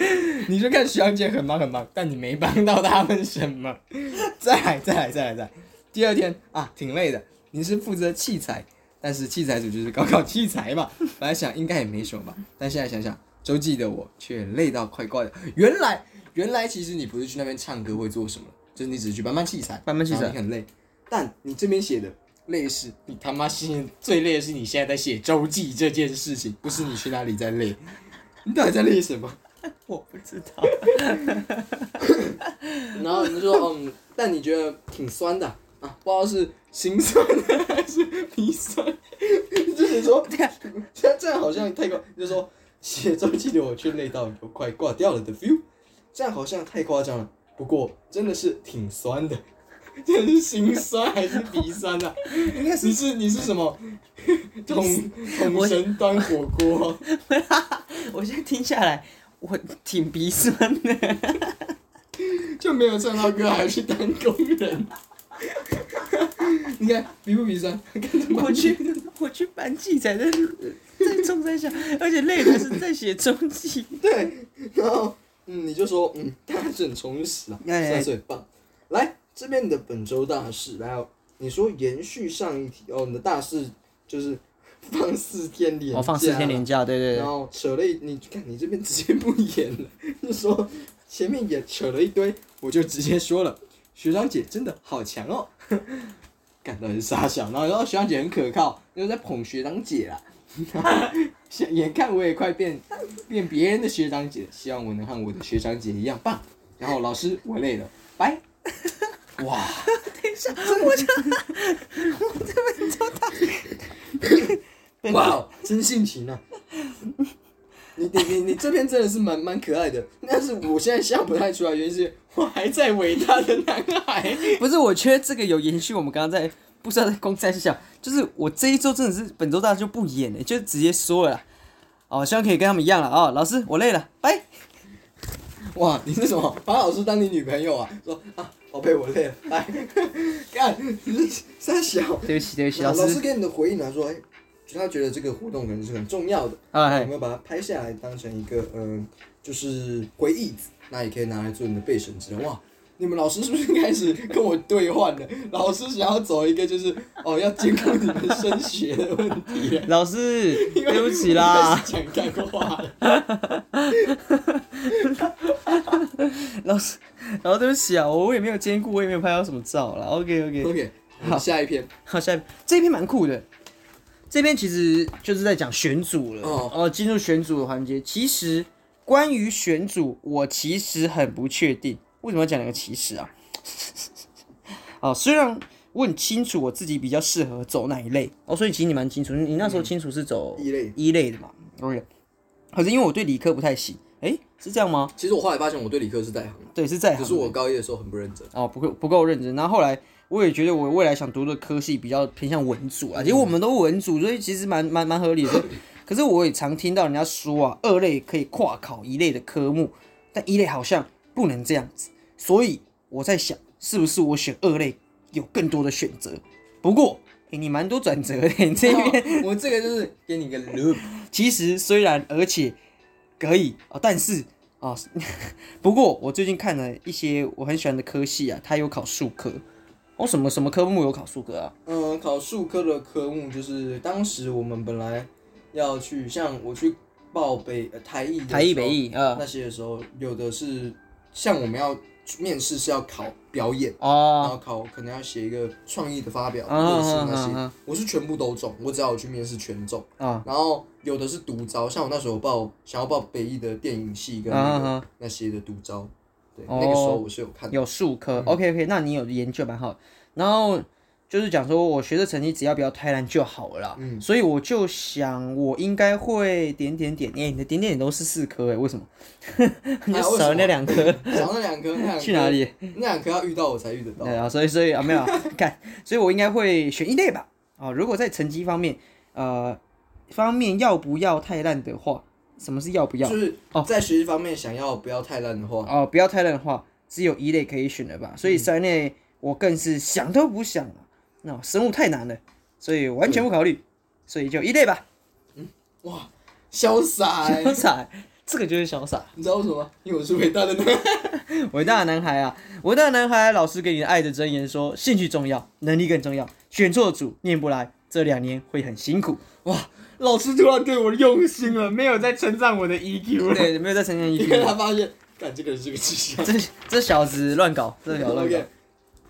(laughs) 你就看徐阳姐很忙很忙，但你没帮到他们什么。 (laughs) 再来再来再来再来，第二天啊，挺累的，你是负责器材，但是器材组就是搞搞器材 (laughs) 嘛。本来想应该也没什么吧，但现在想想，周记的我却累到快挂掉。原来原来其实你不是去那边唱歌会做什么，就是你只是去搬搬器材，搬搬器材然后你很累。但你这边写的累是，你他妈心最累的是你现在在写周记这件事情，不是你去哪里在累，你到底在累什么？我不知道。然后你就说，嗯，但你觉得挺酸的啊，不知道是心酸的还是鼻酸，就是说，这样这样好像太夸，你就说写周记的我却累到有快挂掉了的 feel，这样好像太夸张了，不过真的是挺酸的。这是心酸还是鼻酸啊？应该是你是你是什么？ (laughs) 桶桶神端火锅、我现在听下来，我挺鼻酸的。就没有唱到歌，还去当工人。你看，比不比上？(laughs) 我去，我去搬器材在在中山下，而且累的是在写中 (laughs) 记。对，然后嗯，你就说嗯，他是很充实啊，哎哎算是很棒。来，这边你的本周大事，然后你说延续上一题哦，你的大事就是放四天连假，我哦放四天年假，对对然对，后扯了一，你看你这边直接不演了，就说前面也扯了一堆，我就直接说了， (laughs) 学长姐真的好强哦， (laughs) 感到很傻笑，然后然后学长姐很可靠，就在捧学长姐 (laughs) 啦，现眼看我也快变变别人的学长姐，希望我能和我的学长姐一样棒。然后老师，我累了，拜。哇，等一下，我这我这么 (laughs) 哇，真性情啊！你你你你这篇真的是蛮蛮可爱的，但是我现在笑不太出来，原因是我还在伟大的男孩。 (laughs) 不是，我觉得这个有延续我们刚刚在不知道在公山下，就是我这一周真的是本周大就不演了，就直接说了啦。哦，希望可以跟他们一样了哦，老师，我累了，拜。哇，你是什么？把老师当你女朋友啊？说啊，宝贝，我累了，来，干，你是三小。对不起，对不起，老老老师师。给你的回应来说，哎、他觉得这个活动可能是很重要的，哎有没有把它拍下来当成一个嗯、呃就是回忆，那也可以拿来做你的备审资料。哇，你们老师是不是开始跟我对换了？老师想要走一个就是哦，要兼顾你们升学的问题。老师，对不起开 (laughs) 啦，始讲干话了。老师，然后对不起啊，我我也没有兼顾，我也没有拍到什么照啦。OK OK， OK，好，下一篇。 (laughs) 好，下一篇这一篇蛮酷的，这篇其实就是在讲选组了。哦哦，进入选组的环节，其实关于选组，我其实很不确定。为什么要讲两个其实啊？ (laughs) 哦，虽然我很清楚我自己比较适合走哪一类，哦，所以其实你蛮清楚，你那时候清楚是走嗯一类一类的嘛，OK。可是因为我对理科不太行，诶，是这样吗？其实我后来发现我对理科是在行的，对，是在行只的。是我高一的时候很不认真。哦，不够不够认真。然后后来我也觉得我未来想读的科系比较偏向文组啊，其实我们都文组，所以其实蛮蛮蛮合理的。可是我也常听到人家说啊，二类可以跨考一类的科目，但一类好像不能这样子，所以我在想，是不是我选二类有更多的选择？不过，诶你蛮多转折的，你这边我这个就是给你个 (laughs) loop，其实虽然而且可以啊、哦但是啊、哦 (laughs) 不过我最近看了一些我很喜欢的科系啊，它有考数科。哦，什么什么科目有考数科啊？嗯，考数科的科目就是当时我们本来要去，像我去报北、呃、台艺的时候、台艺、北艺，呃，那些的时候，有的是像我们要面试是要考表演，然哦，后考可能要写一个创意的发表，啊或者是那啊啊些啊，我是全部都中，我只要我去面试全中。啊，然后有的是独招，像我那时候报想要报北艺的电影系跟啊那啊个啊那些的独招，对，哦那个时候我是有看嗯的。有数科。OK OK，那你有研究蛮好的。然后就是讲说我学的成绩只要不要太烂就好了啦。嗯所以我就想我应该会点点点，哎、你的点点点都是四科哎、为什么？ (laughs) 你就啊为少了什么那两科。然后那两科，那 (laughs) 两科去哪里？那两科要遇到我才遇得到。对啊，所以所以啊没有啊 (laughs) 看，所以我应该会选一类吧。啊、如果在成绩方面，呃，方面要不要太烂的话，什么是要不要？就是在学习方面想要不要太烂的话，哦、不要太烂的话，只有一类可以选了吧。所以三类我更是想都不想啊。那、生物太难了，所以完全不考虑，所以就一类吧。哇，潇洒、欸潇， (laughs) 洒，这个就是潇洒。你知道为什么吗？因为我是伟大的男孩。伟大的男孩啊，伟大的男孩，老师给你的爱的箴言说：兴趣重要，能力更重要。选错组念不来，这两年会很辛苦。老师突然对我用心了，没有在称赞我的 E EQ 了，对，没有在成年 (laughs) 一因为他发现，干这个人是个智障。这这小子乱搞，这小子乱搞 OK，。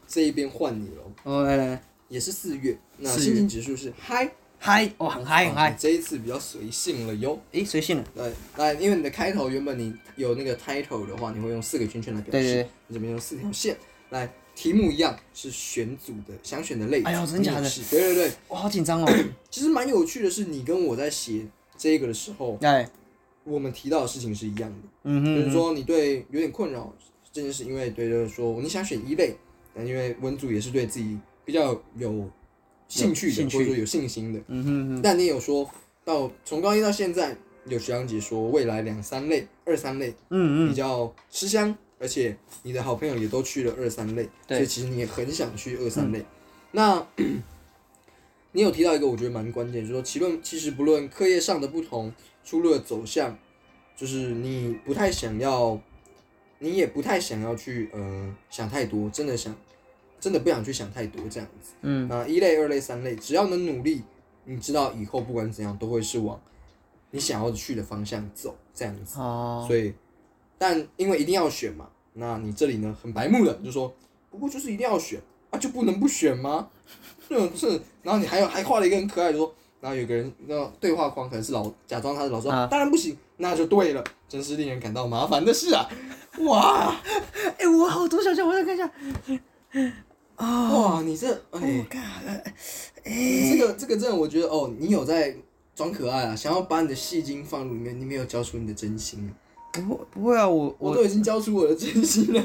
这一边换你了，哦，来来来，也是四月，那四月心情指数是嗨，嗨，哦，很嗨很啊嗨你，这一次比较随性了哟。诶，随性了，对，那因为你的开头原本你有那个 title 的话，你会用四个圈圈来表示，对对对你这边用四条线来。题目一样是选组的，想选的类组。哎呦真假的你也是对对对，我好紧 (coughs) 张哦，其实蛮有趣的是，你跟我在写这个的时候，哎，我们提到的事情是一样的。嗯比哼如，说你对有点困扰这件事，因为对就是说你想选一类，但因为文组也是对自己比较有兴趣的，兴趣或者说有信心的。嗯哼哼，但你有说到从高一到现在，有学长姐说未来两三类、二三类嗯嗯，比较吃香，而且你的好朋友也都去了二三类，对嗯所以其实你也很想去二三类。那 (clears throat) 你有提到一个我觉得蛮关键，就是说其论其实不论课业上的不同，出路的走向，就是你不太想要，你也不太想要去呃想太多，真的想真的不想去想太多这样子。嗯，啊、一类、二类、三类，只要能努力，你知道以后不管怎样都会是往你想要去的方向走，这样子。好，所以，但因为一定要选嘛，那你这里呢很白目的就说，不过就是一定要选啊，就不能不选吗？这种是，然后你还有还画了一个很可爱的说，然后有个人那对话框可能是老假装他是老师，啊当然不行，那就对了，真是令人感到麻烦的事啊！哇哎，我好多想象，我再看一下，哇，你这哎。我靠，这个这个真的，我觉得哦，你有在装可爱啊，想要把你的戏精放入里面，你没有交出你的真心，不会不会啊，我我我都已经交出我的真心了，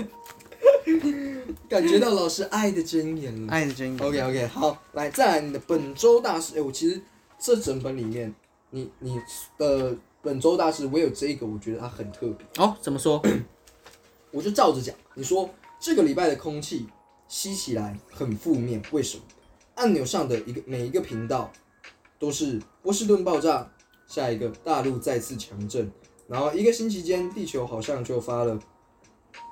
感觉到老师爱的真言了。爱的真 OK OK，好，来再来你的本周大事，哎、我其实这整本里面，你你呃本周大事，唯有这一个，我觉得它很特别，哦，怎么说？我就照着讲，你说这个礼拜的空气吸起来很负面，为什么？按钮上的一个每一个频道都是波士顿爆炸，下一个大陆再次强震，然后一个星期间，地球好像就发了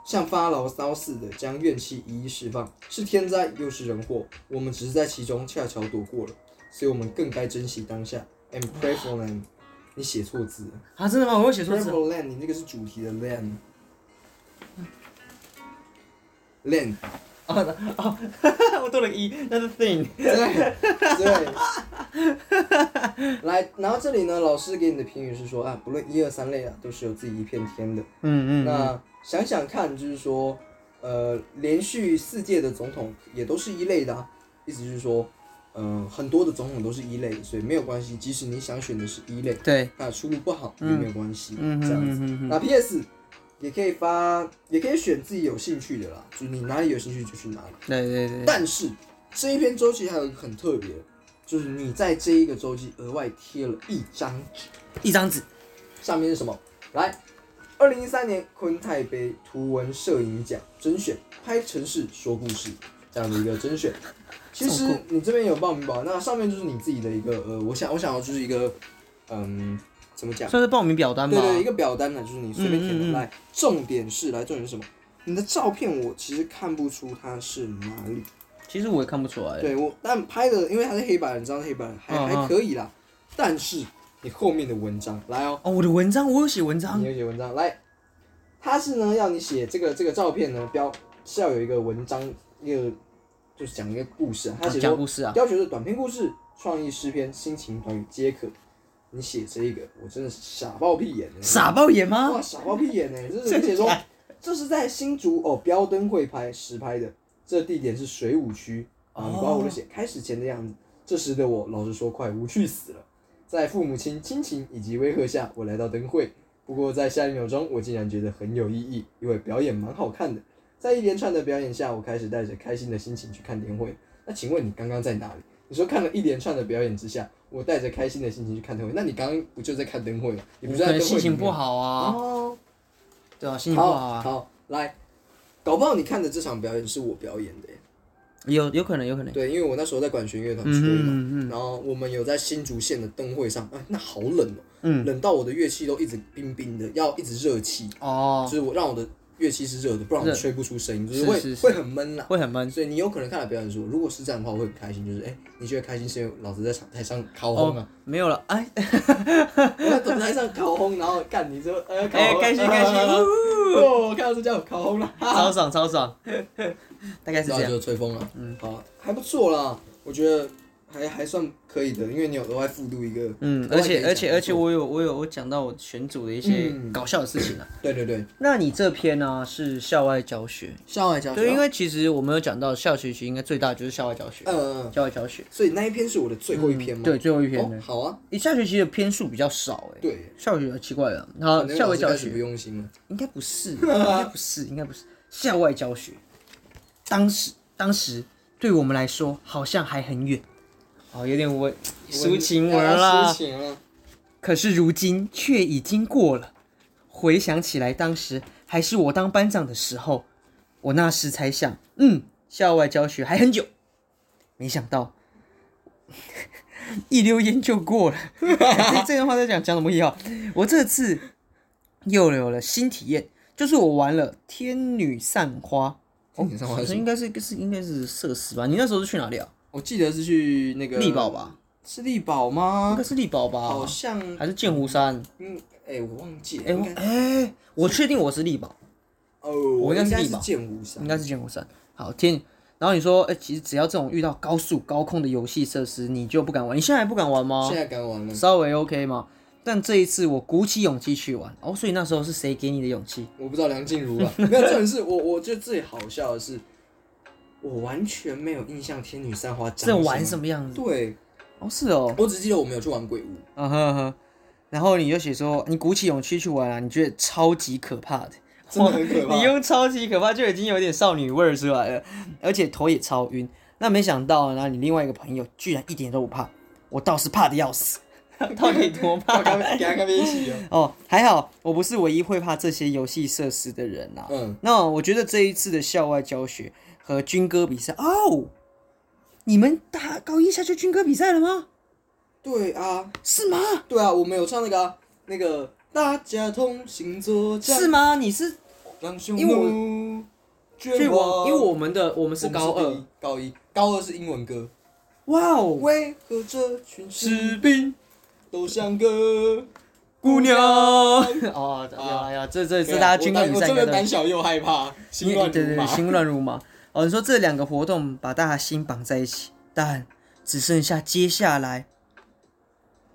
像发牢骚似的将怨气一一释放，是天灾又是人祸，我们只是在其中恰巧躲过了，所以我们更该珍惜当下。And pray for land，你写错字了。啊，真的吗？我会写 p u r 错 p (laughs) 字 l e land，你那个是主题的 land。land，啊，我多了个一，那是 thing。对对。来，然后这里呢，老师给你的评语是说啊，不论一二三类啊，都是有自己一片天的。嗯嗯，那想想看，就是说，呃，连续四届的总统也都是一类的、啊，意思就是说，嗯、很多的总统都是一类的，所以没有关系，即使你想选的是一类，对，那出路不好也没有关系，嗯这样子。嗯嗯那 PS 也可以发，也可以选自己有兴趣的啦，就是你哪里有兴趣就去哪里。对对对，但是这一篇周期还有一个很特别，就是你在这一个周期额外贴了一张纸，一张纸，上面是什么？来，二零一三年昆泰杯图文摄影奖甄选，拍城市说故事这样的一个甄选。其这么实你这边有报名表，那上面就是你自己的一个呃，我想我想要就是一个，嗯，怎么讲？算是报名表单吧对。对，一个表单呢，就是你随便填嗯嗯嗯的。来，重点是来，重点是什么？你的照片我其实看不出它是哪里。其实我也看不出来。对我，但拍的因为它是黑白的，你知道是黑白的，还哎嗯嗯还可以啦。但是你后面的文章来哦，哦，我的文章，我有写文章你。有写文章来，它是呢要你写这个这个照片呢标是要有一个文章，一个就是讲一个故事啊。他写讲说故事啊，要求是短篇故事、创意诗篇、心情短语皆可。你写这一个，我真的是傻爆屁眼了。傻爆眼吗？哇，傻包屁眼呢！欸这是而且说，这是在新竹哦，标灯会拍实拍的，这地点是水舞区啊。你把哦我的写开始前的样子，这时的我老实说快无趣死了。在父母亲亲情以及威吓下，我来到灯会。不过在下一秒钟，我竟然觉得很有意义，因为表演蛮好看的。在一连串的表演下，我开始带着开心的心情去看灯会。那请问你刚刚在哪里？你说看了一连串的表演之下，我带着开心的心情去看灯会，那你刚刚不就在看灯会吗？你不我是在可能灯会心里情面不好啊，哦，对啊，心情不好啊，好，来，搞不好你看的这场表演是我表演的耶，有有可能，有可能。对，因为我那时候在管弦乐团吹嘛，嗯嗯嗯然后我们有在新竹县的灯会上，哎，那好冷哦，嗯，冷到我的乐器都一直冰冰的，要一直热气，哦，就是我让我的乐器是热的，不然我热吹不出声音，就是是会是是会很闷啦。会很闷。所以你有可能看了表演说，如果是这样的话，我会很开心，就是哎、你觉得开心是因为老子在场台上烤烘啊，没有了，哎 (laughs) 我在舞台上烤烘，然后干你就呃烤哎，烘开 (laughs) 心开心，啊呜哦，我看到这叫烤烘了。超爽超爽，大概然是这后样。就吹风了。嗯，好，还不错啦，我觉得还还算可以的，因为你有额外复读一个，嗯，而且而且而且，我有我有我讲到我选组的一些嗯搞笑的事情啊。对对对，那你这篇呢、是校外教学？校外教学，对，因为其实我们有讲到校学期应该最大就是校外教学，嗯，嗯校外教学所以那一篇是我的最后一篇吗？嗯对，最后一篇。哦，好啊，你下学期的篇数比较少哎，对，校学奇怪了，然后可能校哦老外师教开始学不用心了，应该不是，应该不是，应该不是校外教学。当时当时对我们来说好像还很远，哦，有点文抒情文啊啦抒。情了，可是如今却已经过了。回想起来，当时还是我当班长的时候，我那时才想，嗯，校外教学还很久。没想到， (laughs) 一溜烟就过了。这这段话在讲讲什么意啊？我这次又有了新体验，就是我玩了《天女散花》。天女散花是什么应该是是应该是社死吧？你那时候是去哪里啊？我记得是去那个力宝，吧？是力宝应吗？该是力宝吧呃好？像，还是剑湖山？嗯，哎，我忘记了，哎、应我该哎、我确定我是力宝，哦，我应该应是该力是宝剑湖山应，该是剑湖山。好天，然后你说，哎、其实只要这种遇到高速高空的游戏设施，你就不敢玩。你现在还不敢玩吗现？在敢玩了，稍微 OK 吗？但这一次我鼓起勇气去玩哦，所以那时候是谁给你的勇气？我不知道梁静 (laughs) 茹啊，没有，重点是我，我觉得最好笑的是，我完全没有印象天女散花这长玩么什么样样，子？对哦，是哦，我只记得我没有去玩鬼屋，嗯哼哼。然后你就写说，你鼓起勇气去玩啊，你觉得超级可怕的。真的很可怕 (laughs) 你，用超级可怕就已经有点少女味儿出来了，而且头也超晕。那没想到，然后你另外一个朋友居然一点都不怕，我倒是怕的要 (laughs) 死，到底多怕 (laughs) 给？他给他看边洗哦，哦，还好我不是唯一会怕这些游戏设施的人啊。嗯，那我觉得这一次的校外教学和军歌比赛，哦，你们大高一下就军歌比赛了吗？对啊，是吗？对啊，我们有唱那个啊、那个大家同行作战，是吗？你是让匈因为奴去绝我，望。因为我们的我们是我们高第二一，，高一，高二是英文歌。哇哦，为何这群士兵。都像个姑娘。 (laughs) 哦，啊呀呀，这这对这啊大家军歌我比我赛真应该的都胆小又害怕，心乱对对如对，麻。心乱如麻。哦，你说这两个活动把大家心绑在一起，但只剩下接下来，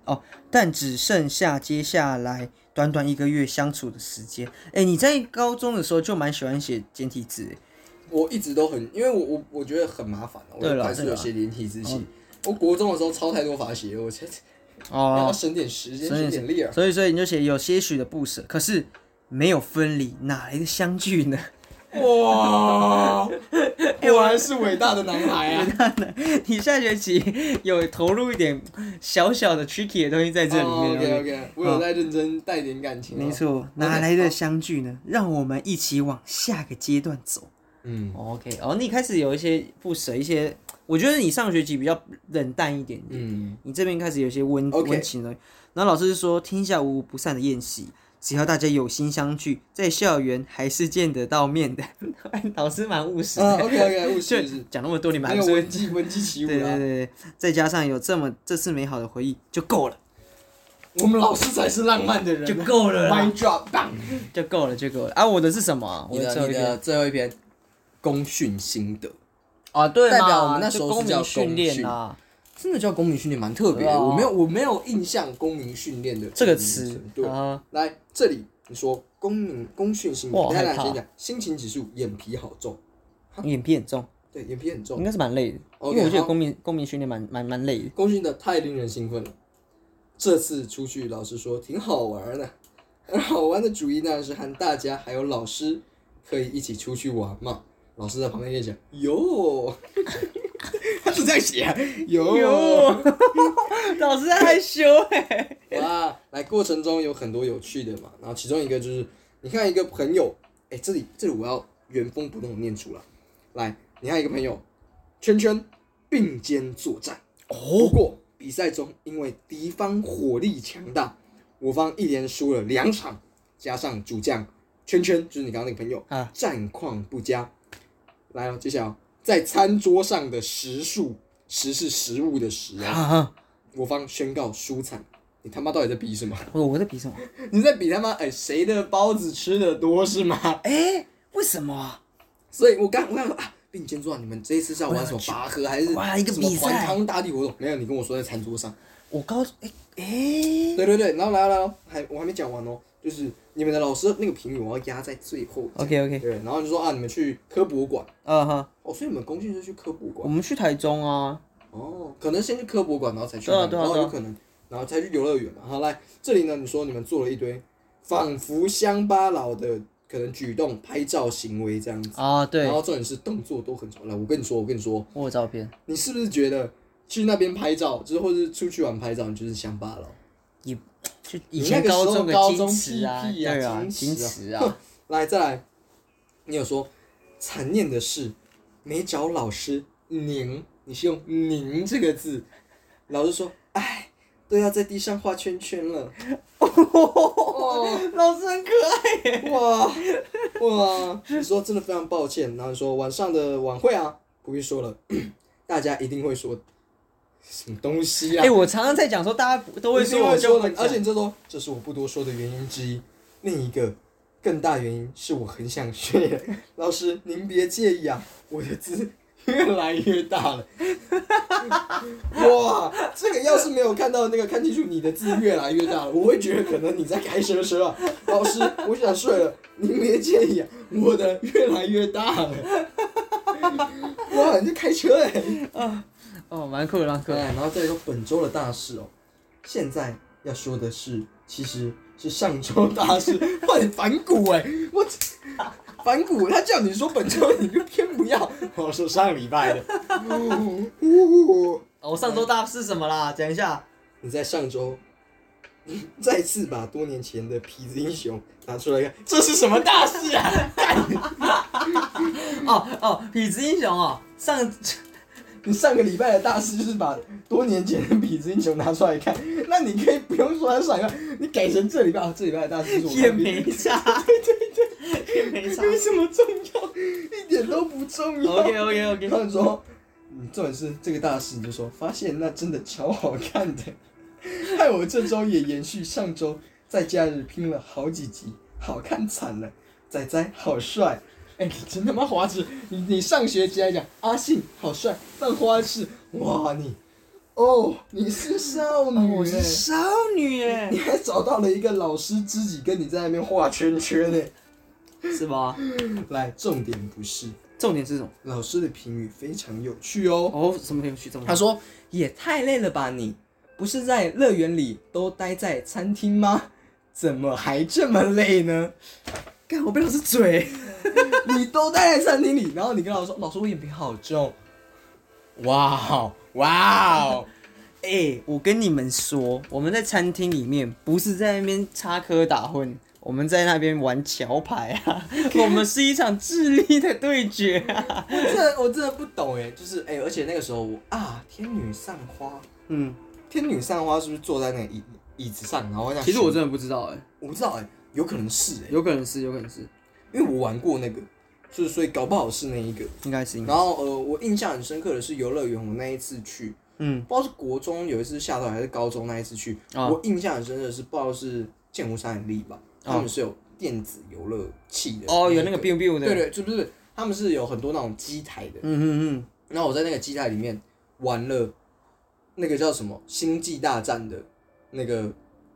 哦，但只剩下接下来短短一个月相处的时间。哎，你在高中的时候就蛮喜欢写简体字诶，我一直都很，因为我我我觉得很麻烦啊，我对啦还是对有啦哦些连体字写。我国中的时候抄太多法写了，我现在要哦，省点时间，省点省点力啊。所以所以你就写有些许的不舍，可是没有分离，哪来的相聚呢？ (laughs) 哇，哎果然是伟大的男孩啊！你下学期有投入一点小小的 tricky 的东西 (laughs) 在这里面。哦 OK OK，我哦有在认真带点感情、啊没，错，哪来的相聚呢？让我们一起往下个阶段走。嗯， OK，哦，你开始有一些不舍，一些我觉得你上学期比较冷淡一点点，嗯，你这边开始有一些温 OK 温情了。然后老师是说，天下无不散的宴席，只要大家有心相聚，在校园还是见得到面的。 (laughs) 老师蛮务实 (laughs) 啊的， ，OK OK，务实务就实，讲那么多，你 (laughs) 蛮没有文姬文姬起舞啊对对啦，对，再加上有这么这次美好的回忆就够了，我们老师才是浪漫的人就够了啦，Mind drop bang。就够了，就够了啊！我的是什么啊？我你最的后一你篇的最后一篇，公训心得，啊，对嘛，代表我们那时候就是公叫民训公练训啊，真的叫公民训练，蛮特别对的。啊我没有我没有印象公民训练的这个名词称对，啊，来这里你说公民公训心得，哇等一下害怕先讲心情指数，眼皮好重，眼皮很重，对，眼皮很重应。该是蛮累的，因 OK，为我觉得好公民公民训练蛮蛮蛮累的。功勋的太令人兴奋了。这次出去，老师说挺好玩的，而好玩的主意当然是和大家还有老师可以一起出去玩嘛。老师在旁边也讲哟，他是这样写哦哟 (laughs) 哟老师在害羞哎，哇！来过程中有很多有趣的嘛，然后其中一个就是你看一个朋友，哎，这里这里我要原封不动的念出来。来，你看一个朋友，圈圈并肩作战。不哦，过比赛中，因为敌方火力强大，我方一连输了两场，加上主将圈圈，就是你刚刚那个朋友，啊战况不佳。来哦，揭晓哦，在餐桌上的食宿，食是食物的食啊啊，啊，我方宣告输惨。你他妈到底在比什么？ (laughs) 我我在比什么？你在比他妈哎谁的包子吃的多是吗？ (laughs) 哎，为什么啊？所以我刚我刚说啊，并肩作战，你们这一次是要玩什么拔河还是哇一个什么比赛团康大地活动？没有，你跟我说在餐桌上。我高哎哎，对对对，然后来了来了，还我还没讲完哦，就是你们的老师那个评语我要压在最后。 OK，OK 对，然后就说啊，你们去科博馆啊哈，哦，所以你们公信是去科博我馆们去台中啊，哦，可能先去科博馆，然后才去对啊那里，对啊然后对啊有可能，然后才去游乐园嘛。好，来这里呢，你说你们做了一堆仿佛乡巴佬的可能举动、拍照行为这样子。啊对然，后重点是动作都很丑。来，我跟你说，我跟你说，我有照片你是不是觉得去那边拍照，就是或是出去玩拍照，你就是乡巴佬？也就以你那前个时候中的高矜中持啊，屁屁啊对啊，矜矜持持啊，来，再来，你有说残念的是没找老师您，你是用“您”这个字，老师说，哎，都要在地上画圈圈了。 (laughs) 哦， (laughs) 老师很可爱，哇哇！你说真的非常抱歉，然后说晚上的晚会啊，不必说了， (clears throat) 大家一定会说什么东西啊？哎，我常常在讲说大家不都会一定说，我就的会，讲而且你就说这是我不多说的原因之一，另一个更大原因是我很想学。老师您别介意啊，我的字越来越大了。哇，这个要是没有看到那个看清楚你的字越来越大了，我会觉得可能你在开车车啊。老师，我想睡了，您别介意啊，我的越来越大了。哇，你在开车哎、哦蛮酷的蛮酷可的，爱。然后再说本周的大事哦，现在要说的是，其实是上周大事，换反骨哎、我反骨，他叫你说本周你就偏不要， (laughs) 我说上礼拜的。 (laughs) 哦我上周大是什么啦？讲一下，你在上周。再次把多年前的痞子英雄拿出来看，这是什么大事啊？ (laughs) 哦哦，痞子英雄哦，上你上个礼拜的大事就是把多年前的痞子英雄拿出来看，那你可以不用说他上个，你改成这礼拜哦，这礼拜的大事就是我看也痞子英雄没差， (laughs) 对对对，也没差。有什么重要？一点都不重要。 OK OK OK，他们说，嗯，重点是这个大事，你就说发现那真的超好看的，害我这周也延续上周在假日拼了好几集，好看惨了，仔仔好帅。哎、你真他妈花痴！你你上学期还讲阿信好帅，犯花痴，哇你，哦，你是少女、我是哎少女耶你，还找到了一个老师知己跟你在那边画圈圈呢、是吧？来，重点不是，重点是什么？老师的评语非常有趣哦。哦，什么有趣？这么他说：“也太累了吧你，不是在乐园里都待在餐厅吗？怎么还这么累呢？干我被老 (laughs) 师嘴，你都待在餐厅里，然后你跟老师说，老师我眼皮好重。哇哦，哇哦， (laughs) 哎、我跟你们说，我们在餐厅里面不是在那边插科打诨，我们在那边玩桥牌 (laughs) 啊，我们是一场智力的对决啊。我真的我真的不懂哎，就是哎、而且那个时候我啊，天女散花， (laughs) 嗯，天女散花是不是坐在那个椅椅子上？然后这样其实我真的不知道哎、我不知道哎、有可能是哎、有可能是，有可能是，因为我玩过那个，就是所以搞不好是那一个。”应该是，应该然后呃，我印象很深刻的是游乐园，我那一次去，嗯，不知道是国中有一次下到还是高中那一次去，啊我印象很深刻的是不知道是剑湖山很力吧，啊他们是有电子游乐器的、哦，有那个 biu biu 的，对对，就不是他们是有很多那种机台的，嗯嗯然后我在那个机台里面玩了那个叫什么《星际大战》的那个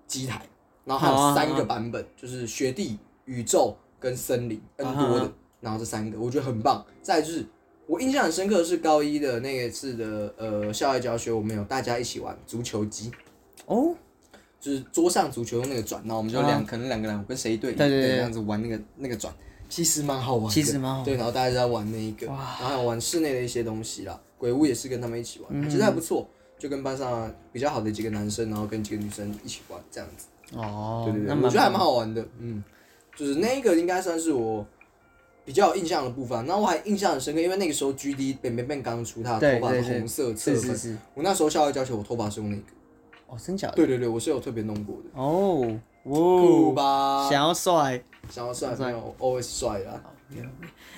机台，然后还啊有三个版本，就是雪地、宇宙跟森林 N 啊多啊的，然后这三个我觉得很棒。再来就是我印象很深刻的是高一的那一次的呃校外教学，我们有大家一起玩足球机。嗯，哦，就是桌上足球用那个转，然后我们就两、可能两个人，我跟谁对，啊对对对这样子玩那个那个转，其实蛮好玩的，其实蛮好玩对，然后大家就在玩那一个，然哦哇后还有玩室内的一些东西啦，鬼屋也是跟他们一起玩，嗯其实还不错，就跟班上比较好的几个男生，然后跟几个女生一起玩这样子，哦，对对对，那我觉得还蛮好，好玩的，嗯，就是那个应该算是我。比较有印象的部分，然啊后我还印象很深刻，因为那个时候 G D 本本本刚出，他的对头发对是对红色侧是是粉。是，我那时候校外教学，我头发是用那个。哦，真假的，对对对，我是有特别弄过的。哦，酷哇，吧？想要帅。想要帅没有，always 帅啊啦。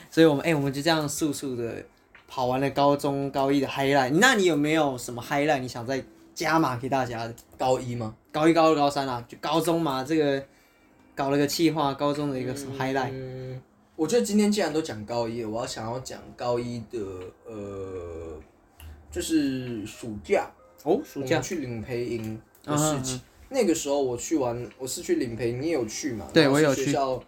所以我们哎、我们就这样速速的跑完了高中高一的 highlight。那你有没有什么 highlight 你想再加码给大家的？高一吗？高一、高二、高三啊，就高中嘛，这个搞了个气划，高中的一个什么 highlight？、嗯，我觉得今天既然都讲高一了，我要想要讲高一的呃，就是暑假哦，暑我假们去领培营的啊哈事情。那个时候我去玩，我是去领培，你也有去嘛？对然后我是有学去校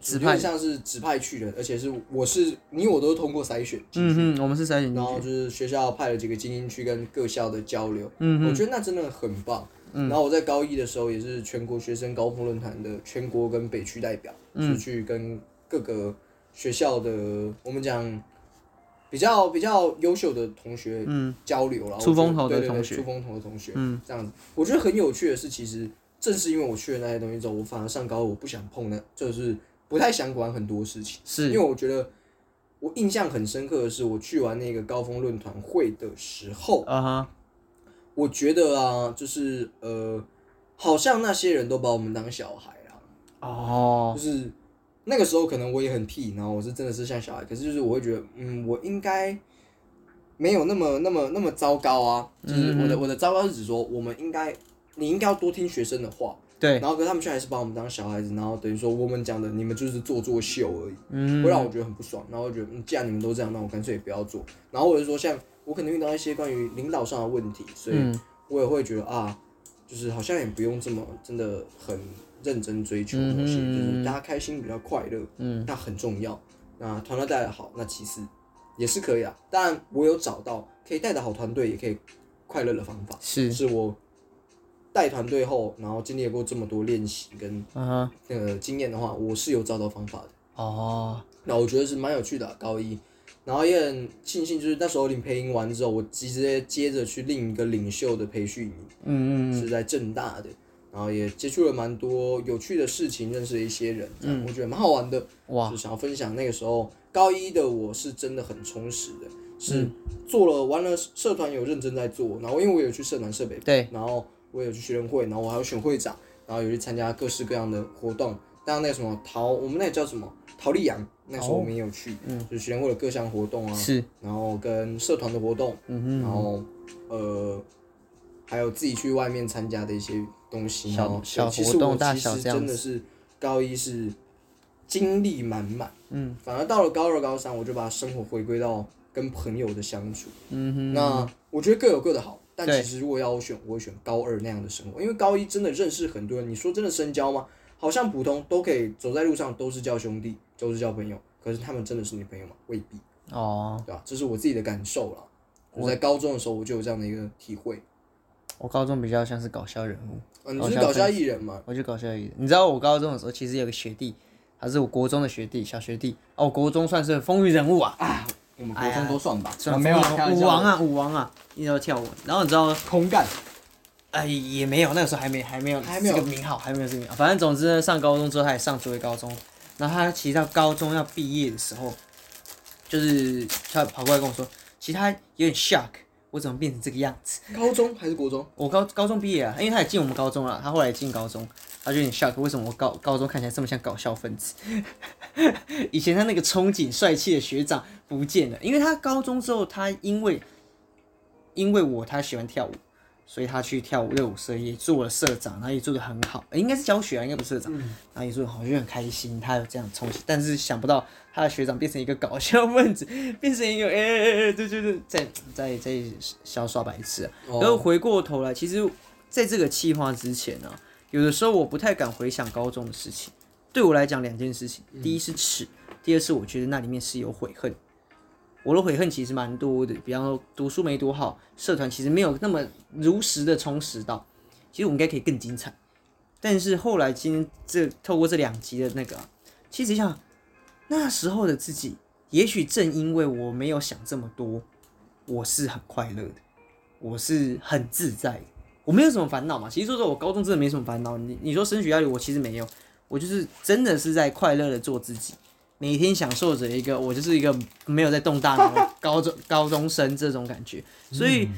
指派，像是指派去的，而且是我是你我都是通过筛选，嗯哼，我们是筛选进然去，后就是学校派了几个精英区跟各校的交流，嗯我觉得那真的很棒。然后我在高一的时候也是全国学生高峰论坛的全国跟北区代表，嗯是去跟各个学校的我们讲比较比较优秀的同学交流了，嗯出风头的我觉得同对对对出风头的同学，嗯，这样子，我觉得很有趣的是，其实正是因为我去了那些东西之后，我反而上高我不想碰那，就是不太想管很多事情，是因为我觉得我印象很深刻的是，我去完那个高峰论坛会的时候，啊哈，我觉得啊，就是呃，好像那些人都把我们当小孩啊，哦，就是那个时候可能我也很屁，然后我是真的是像小孩，可是就是我会觉得，嗯，我应该没有那么那么那么糟糕啊，就是嗯我的我的糟糕是指说，我们应该你应该要多听学生的话，对，然后可是他们却还是把我们当小孩子，然后等于说我们讲的你们就是做作秀而已，嗯会让我觉得很不爽，然后我觉得嗯，既然你们都这样，那我干脆也不要做，然后或者说像我可能遇到一些关于领导上的问题，所以嗯我也会觉得啊，就是好像也不用这么真的很认真追求嗯哼那些，就嗯是大家开心比较快乐，嗯，那很重要。那团队带的好，那其次也是可以啊。当然，我有找到可以带的好团队，也可以快乐的方法，是是我带团队后，然后经历过这么多练习跟啊哈，呃经验的话，我是有找到方法的。哦，那我觉得是蛮有趣的啊、高一，然后也很庆幸，就是那时候领培营完之后，我直接接着去另一个领袖的培训营，嗯嗯是在正大的，然后也接触了蛮多有趣的事情，认识了一些人，这样、嗯我觉得蛮好玩的。哇，就想要分享那个时候高一的我是真的很充实的，嗯是做了玩了社团有认真在做，然后因为我有去社团社北，对，然后我有去学生会，然后我还有选会长，然后有去参加各式各样的活动，当然那个什么陶，我们那个叫什么陶丽阳，那时候我们也有去，嗯，就是学生会的各项活动啊，是，然后跟社团的活动，嗯哼，然后呃，还有自己去外面参加的一些东西，小然后小其活实动我大其小实这样真的是高一是精力满满，嗯，反而到了高二高三，我就把生活回归到跟朋友的相处，嗯哼，那我觉得各有各的好，但对其实如果要我选，我会选高二那样的生活，因为高一真的认识很多人。你说真的深交吗？好像普通都可以走在路上都是叫兄弟，都是叫朋友，可是他们真的是你朋友吗？未必，哦，对吧、这是我自己的感受啦。我在高中的时候我就有这样的一个体会。我高中比较像是搞笑人物，啊，你就是搞笑艺人嘛？我就搞笑一点。你知道我高中的时候，其实有个学弟，他是我国中的学弟，小学弟。哦，我国中算是风云人物啊，我们国中都算吧，算啊是没有啊风云开玩人物笑舞王啊，舞王啊，一直要跳舞。然后你知道，空干。哎，也没有，那个时候还没还没有还没有这个名号，还没有这个名号。反正总之呢，上高中之后，他也上回高中。然后他其实到高中要毕业的时候，就是他跑过来跟我说，其实他有点 shock，我怎么变成这个样子？高中还是国中？我高高中毕业啊，因为他也进我们高中了，他后来也进高中，他就有点 shock，为什么我高高中看起来这么像搞笑分子？ (laughs) 以前他那个憧憬帅气的学长不见了，因为他高中之后，他因为因为我他喜欢跳舞，所以他去跳舞热舞社也做了社长，然后也做的很好，呃应该是教学啊，应该不是社长，然后也做的好，我就很开心，他有这样憧憬，但是想不到他的学长变成一个搞笑分子，变成一个哎 (laughs) 哎哎，对对对，在在在小耍白痴、啊。然后回过头来，其实在这个计划之前呢、啊，有的时候我不太敢回想高中的事情。对我来讲，两件事情，第一是耻，第二是我觉得那里面是有悔恨。我的悔恨其实蛮多的，比方说读书没读好，社团其实没有那么如实的充实到，其实我们应该可以更精彩。但是后来今天这透过这两集的那个啊、其实想那时候的自己，也许正因为我没有想这么多，我是很快乐的。我是很自在的，我没有什么烦恼嘛。其实说实话，我高中真的没什么烦恼。你你说升学压力，我其实没有，我就是真的是在快乐的做自己，每天享受着一个我就是一个没有在动大脑的高中高中生这种感觉。所以、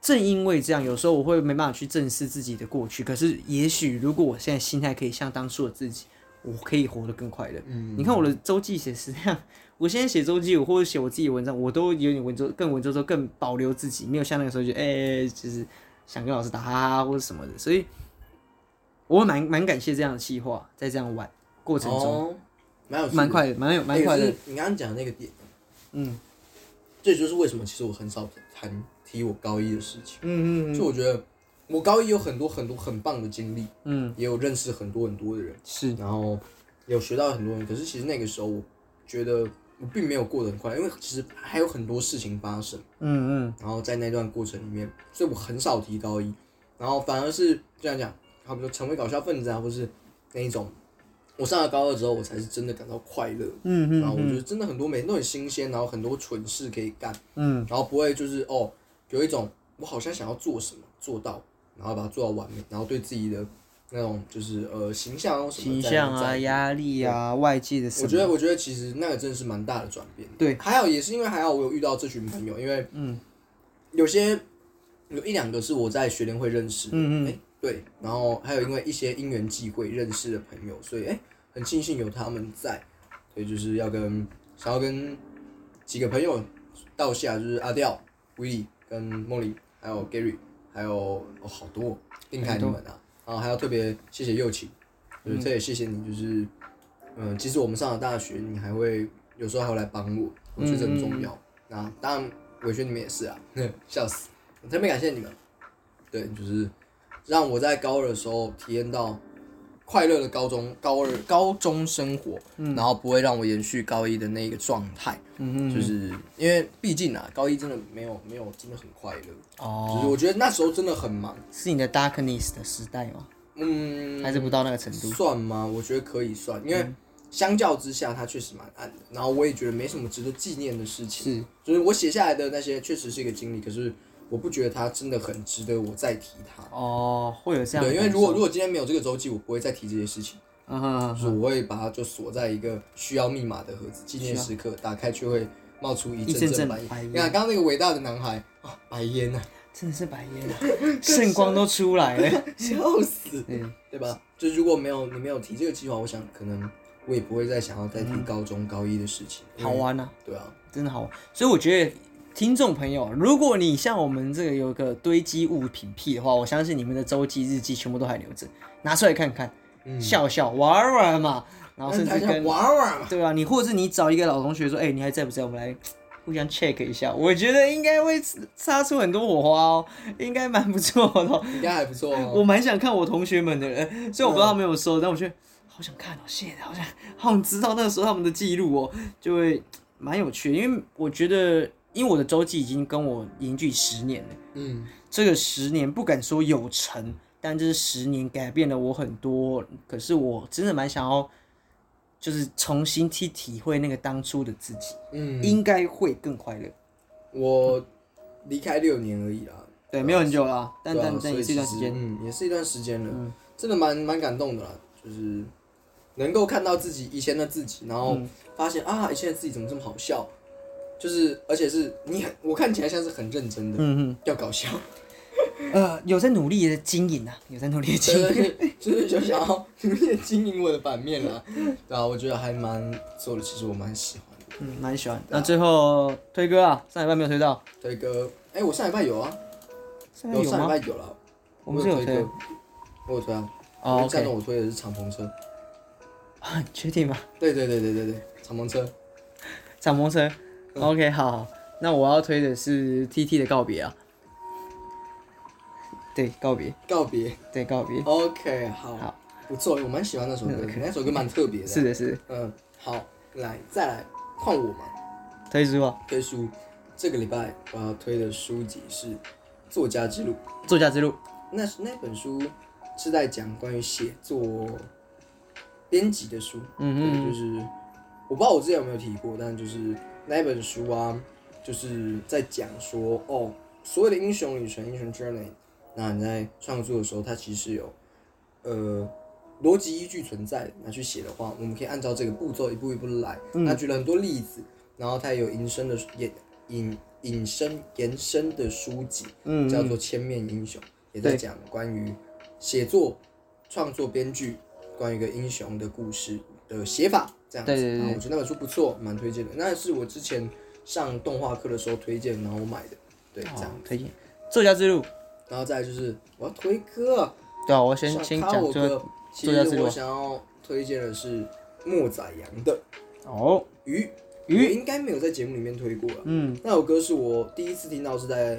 正因为这样，有时候我会没办法去正视自己的过去。可是也许如果我现在心态可以像当初的自己，我可以活得更快乐。你看我的周记写是这样，我现在写周记，我或者写我自己的文章，我都有点文绉，更文绉绉，更保留自己，没有像那个时候就哎、就是想跟老师打哈哈或者什么的，所以我蛮蛮感谢这样的计划，在这样玩过程中，哦，蛮有趣的蛮快的，蛮有蛮快。哎的可。是你刚刚讲的那个点，嗯这也就是为什么其实我很少谈提我高一的事情，嗯嗯就我觉得我高一有很多很多很棒的经历，嗯，也有认识很多很多的人，是然后有学到很多人。可是其实那个时候，我觉得我并没有过得很快乐，因为其实还有很多事情发生。嗯嗯然后在那段过程里面，所以我很少提高一，然后反而是这样讲，好比说成为搞笑分子啊，或是那一种，我上了高二之后，我才是真的感到快乐。嗯然后我嗯觉得真的很多每天都很新鲜，然后很多蠢事可以干，嗯然后不会就是哦，有一种我好像想要做什么做到，然后把它做到完美，然后对自己的那种就是呃形象啊嗯，什么形在象在啊、压力啊、外界的什我么，觉得，我觉得其实那个真的是蛮大的转变。对，还好也是因为还好我有遇到这群朋友，因为嗯，有些有一两个是我在学联会认识的，嗯嗯诶对，然后还有因为一些因缘际会认识的朋友，所以哎、诶很庆幸有他们在，所以就是要跟想要跟几个朋友道下，就是阿调、威利跟梦里，还有 Gary，还有、哦、好多哦定凯你们啊，然后还要特别谢谢右琴，就嗯是这也谢谢你，就是嗯，即使我们上了大学，你还会有时候还会来帮我，我觉得这很重嗯要。那当然，我觉得你们也是啊， (laughs) 笑死！我特别感谢你们，对，就是让我在高二的时候体验到快乐的高中高二高中生活，然后不会让我延续高一的那个状态，嗯嗯嗯，就是因为毕竟啊，高一真的没有没有真的很快乐，就哦，是我觉得那时候真的很忙，是你的 darkness 的时代吗？嗯，还是不到那个程度？嗯算吗？我觉得可以算，因为相较之下，它确实蛮暗的。然后我也觉得没什么值得纪念的事情，是，就是我写下来的那些确实是一个经历，可是我不觉得它真的很值得我再提它。哦，会有这样的感对，受，因为如果如果今天没有这个周记，我不会再提这些事情，嗯哼嗯就哼是我会把它就锁在一个需要密码的盒子，纪念时刻打开却会冒出一一阵阵阵白烟。白烟你看刚刚那个伟大的男孩啊，白烟啊，真的是白烟啊， (laughs) 圣光都出来了。笑死，嗯对吧？就如果没有你没有提这个计划，我想可能我也不会再想要再提高中高一的事情。好玩啊，对啊，真的好玩。所以我觉得听众朋友，如果你像我们这个有一个堆积物品癖的话，我相信你们的周记、日记全部都还留着，拿出来看看，嗯笑笑玩玩嘛，然后甚至但是他想跟玩玩嘛，对啊，你或者是你找一个老同学说，哎、你还在不在？我们来互相 check 一下，我觉得应该会擦出很多火花哦，应该蛮不错的哦、应该还不错哦。 (laughs) 我蛮想看我同学们的，呃虽然我不知道他们有没有收，但我觉得好想看哦，谢谢，好想好想知道那个时候他们的记录哦，就会蛮有趣的，因为我觉得，因为我的周记已经跟我凝聚十年了，嗯，这个十年不敢说有成，但这十年改变了我很多，可是我真的蛮想要。就是重新去体会那个当初的自己，嗯，应该会更快乐。我离开六年而已啦，对，没有很久了啊，但对啊但但也是一段时，间嗯所以。其实嗯，也是一段时间了，真的蛮蛮感动的啦，就是能够看到自己以前的自己，然嗯后发现、啊，以前的自己怎么这么好笑，就是而且是你很，我看起来像是很认真的，嗯要搞笑，嗯，呃，有在努力的经营啊，有在努力的经营。对，就是就想要努力经营我的版面啦，对啊，我觉得还蛮做的，其实我蛮喜欢的。嗯，蛮喜欢。啊那最后推歌啊，上礼拜没有推到，推歌，哎、我上礼拜有啊，上礼拜有有上礼吗？拜有了，我们是有我有推啊推。歌，我有推啊。哦站，OK。我推的是敞篷车。啊 (laughs) 你确定吗？对对对对对对，敞篷车。敞篷车。OK，好嗯好。那我要推的是 TT 的告别啊。对，告别，告 (laughs) 别。对，告别。 OK，好，好不错，我蛮喜欢那首歌的，那首歌蛮特别的。是，的，是的，嗯，好，来再来换我嘛，推书啊，推书。这个礼拜我要推的书籍是《作家之路》， 《作家之路》。那那本书是在讲关于写作编辑的书，嗯对，就是我不知道我之前有没有提过，但就是那一本书啊，就是在讲说哦，所谓的英雄旅程 （Insurance Journey），那你在创作的时候，它其实有呃逻辑依据存在的，那去写的话，我们可以按照这个步骤一步一步来。嗯那举了很多例子，然后它也有引申的也引引申延伸的书籍，嗯叫做《千面英雄》，也在讲关于写作、创作、编剧，关于一个英雄的故事的写法这样子。对对对然后我觉得那本书不错，蛮推荐的。那是我之前上动画课的时候推荐，然后我买的。对，这样。好，哦推荐《作家之路》。然后再来就是我要推歌啊，对啊，我先想先卡讲我作。歌。其实我想要推荐的是莫宰阳的哦，鱼，鱼我应该没有在节目里面推过了。嗯，那首歌是我第一次听到是在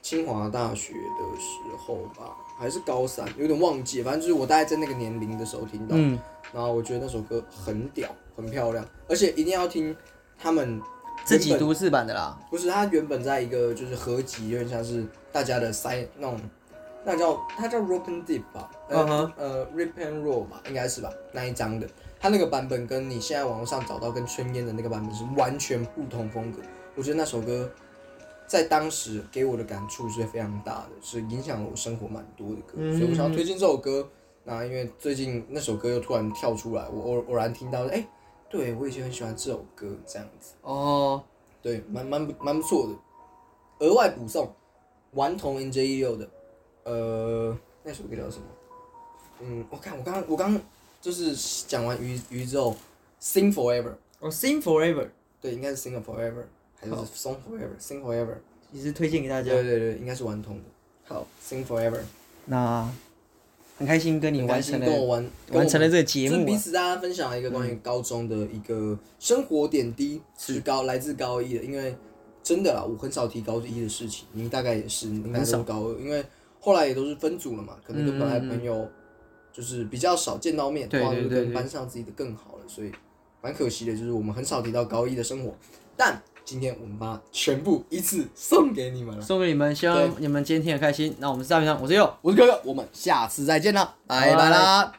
清华大学的时候吧，还是高三，有点忘记，反正就是我大概在那个年龄的时候听到。嗯，然后我觉得那首歌很屌，很漂亮，而且一定要听他们自己都市版的啦，不是，它原本在一个就是合集，有点像是大家的塞那种，那叫它叫 Rock and Deep 吧，呃、嗯哼呃 Rip and Roll 吧，应该是吧，那一张的，它那个版本跟你现在网络上找到跟春燕的那个版本是完全不同风格。我觉得那首歌在当时给我的感触是非常大的，是影响了我生活蛮多的歌，嗯所以我想要推荐这首歌。那因为最近那首歌又突然跳出来，我偶偶然听到，哎、对我以前很喜欢这首歌，这样子。哦，对，蛮蛮不蛮不错的。额外补送，顽童 NJ 一六的，呃，那首歌叫什么？嗯，我看我刚我刚就是讲完鱼鱼之后，Sing Forever，我哦 Sing Forever 对，应该是 Sing Forever 还是好 Song Forever，Sing Forever，也是推荐给大对家。对对，应该是顽童的好， Sing Forever。那很开心跟你很完开成心了跟我玩跟我完成了这个节就是目彼啊，此大家分享了一个关于高中的一个生活点滴，是高来自高一的，因为真的啦，我很少提高一的事情，你大概也是，你应该都是高二，因为后来也都是分组了嘛，可能跟本来朋友就是比较少见到面，对后来对就对跟班上自己的更好了，所以蛮可惜的，就是我们很少提到高一的生活，但今天我们把它全部一次送给你们了，送给你们，希望你们今天听得开心。那我们是大明上，我是佑。我是哥哥，我们下次再见啦，拜拜啦。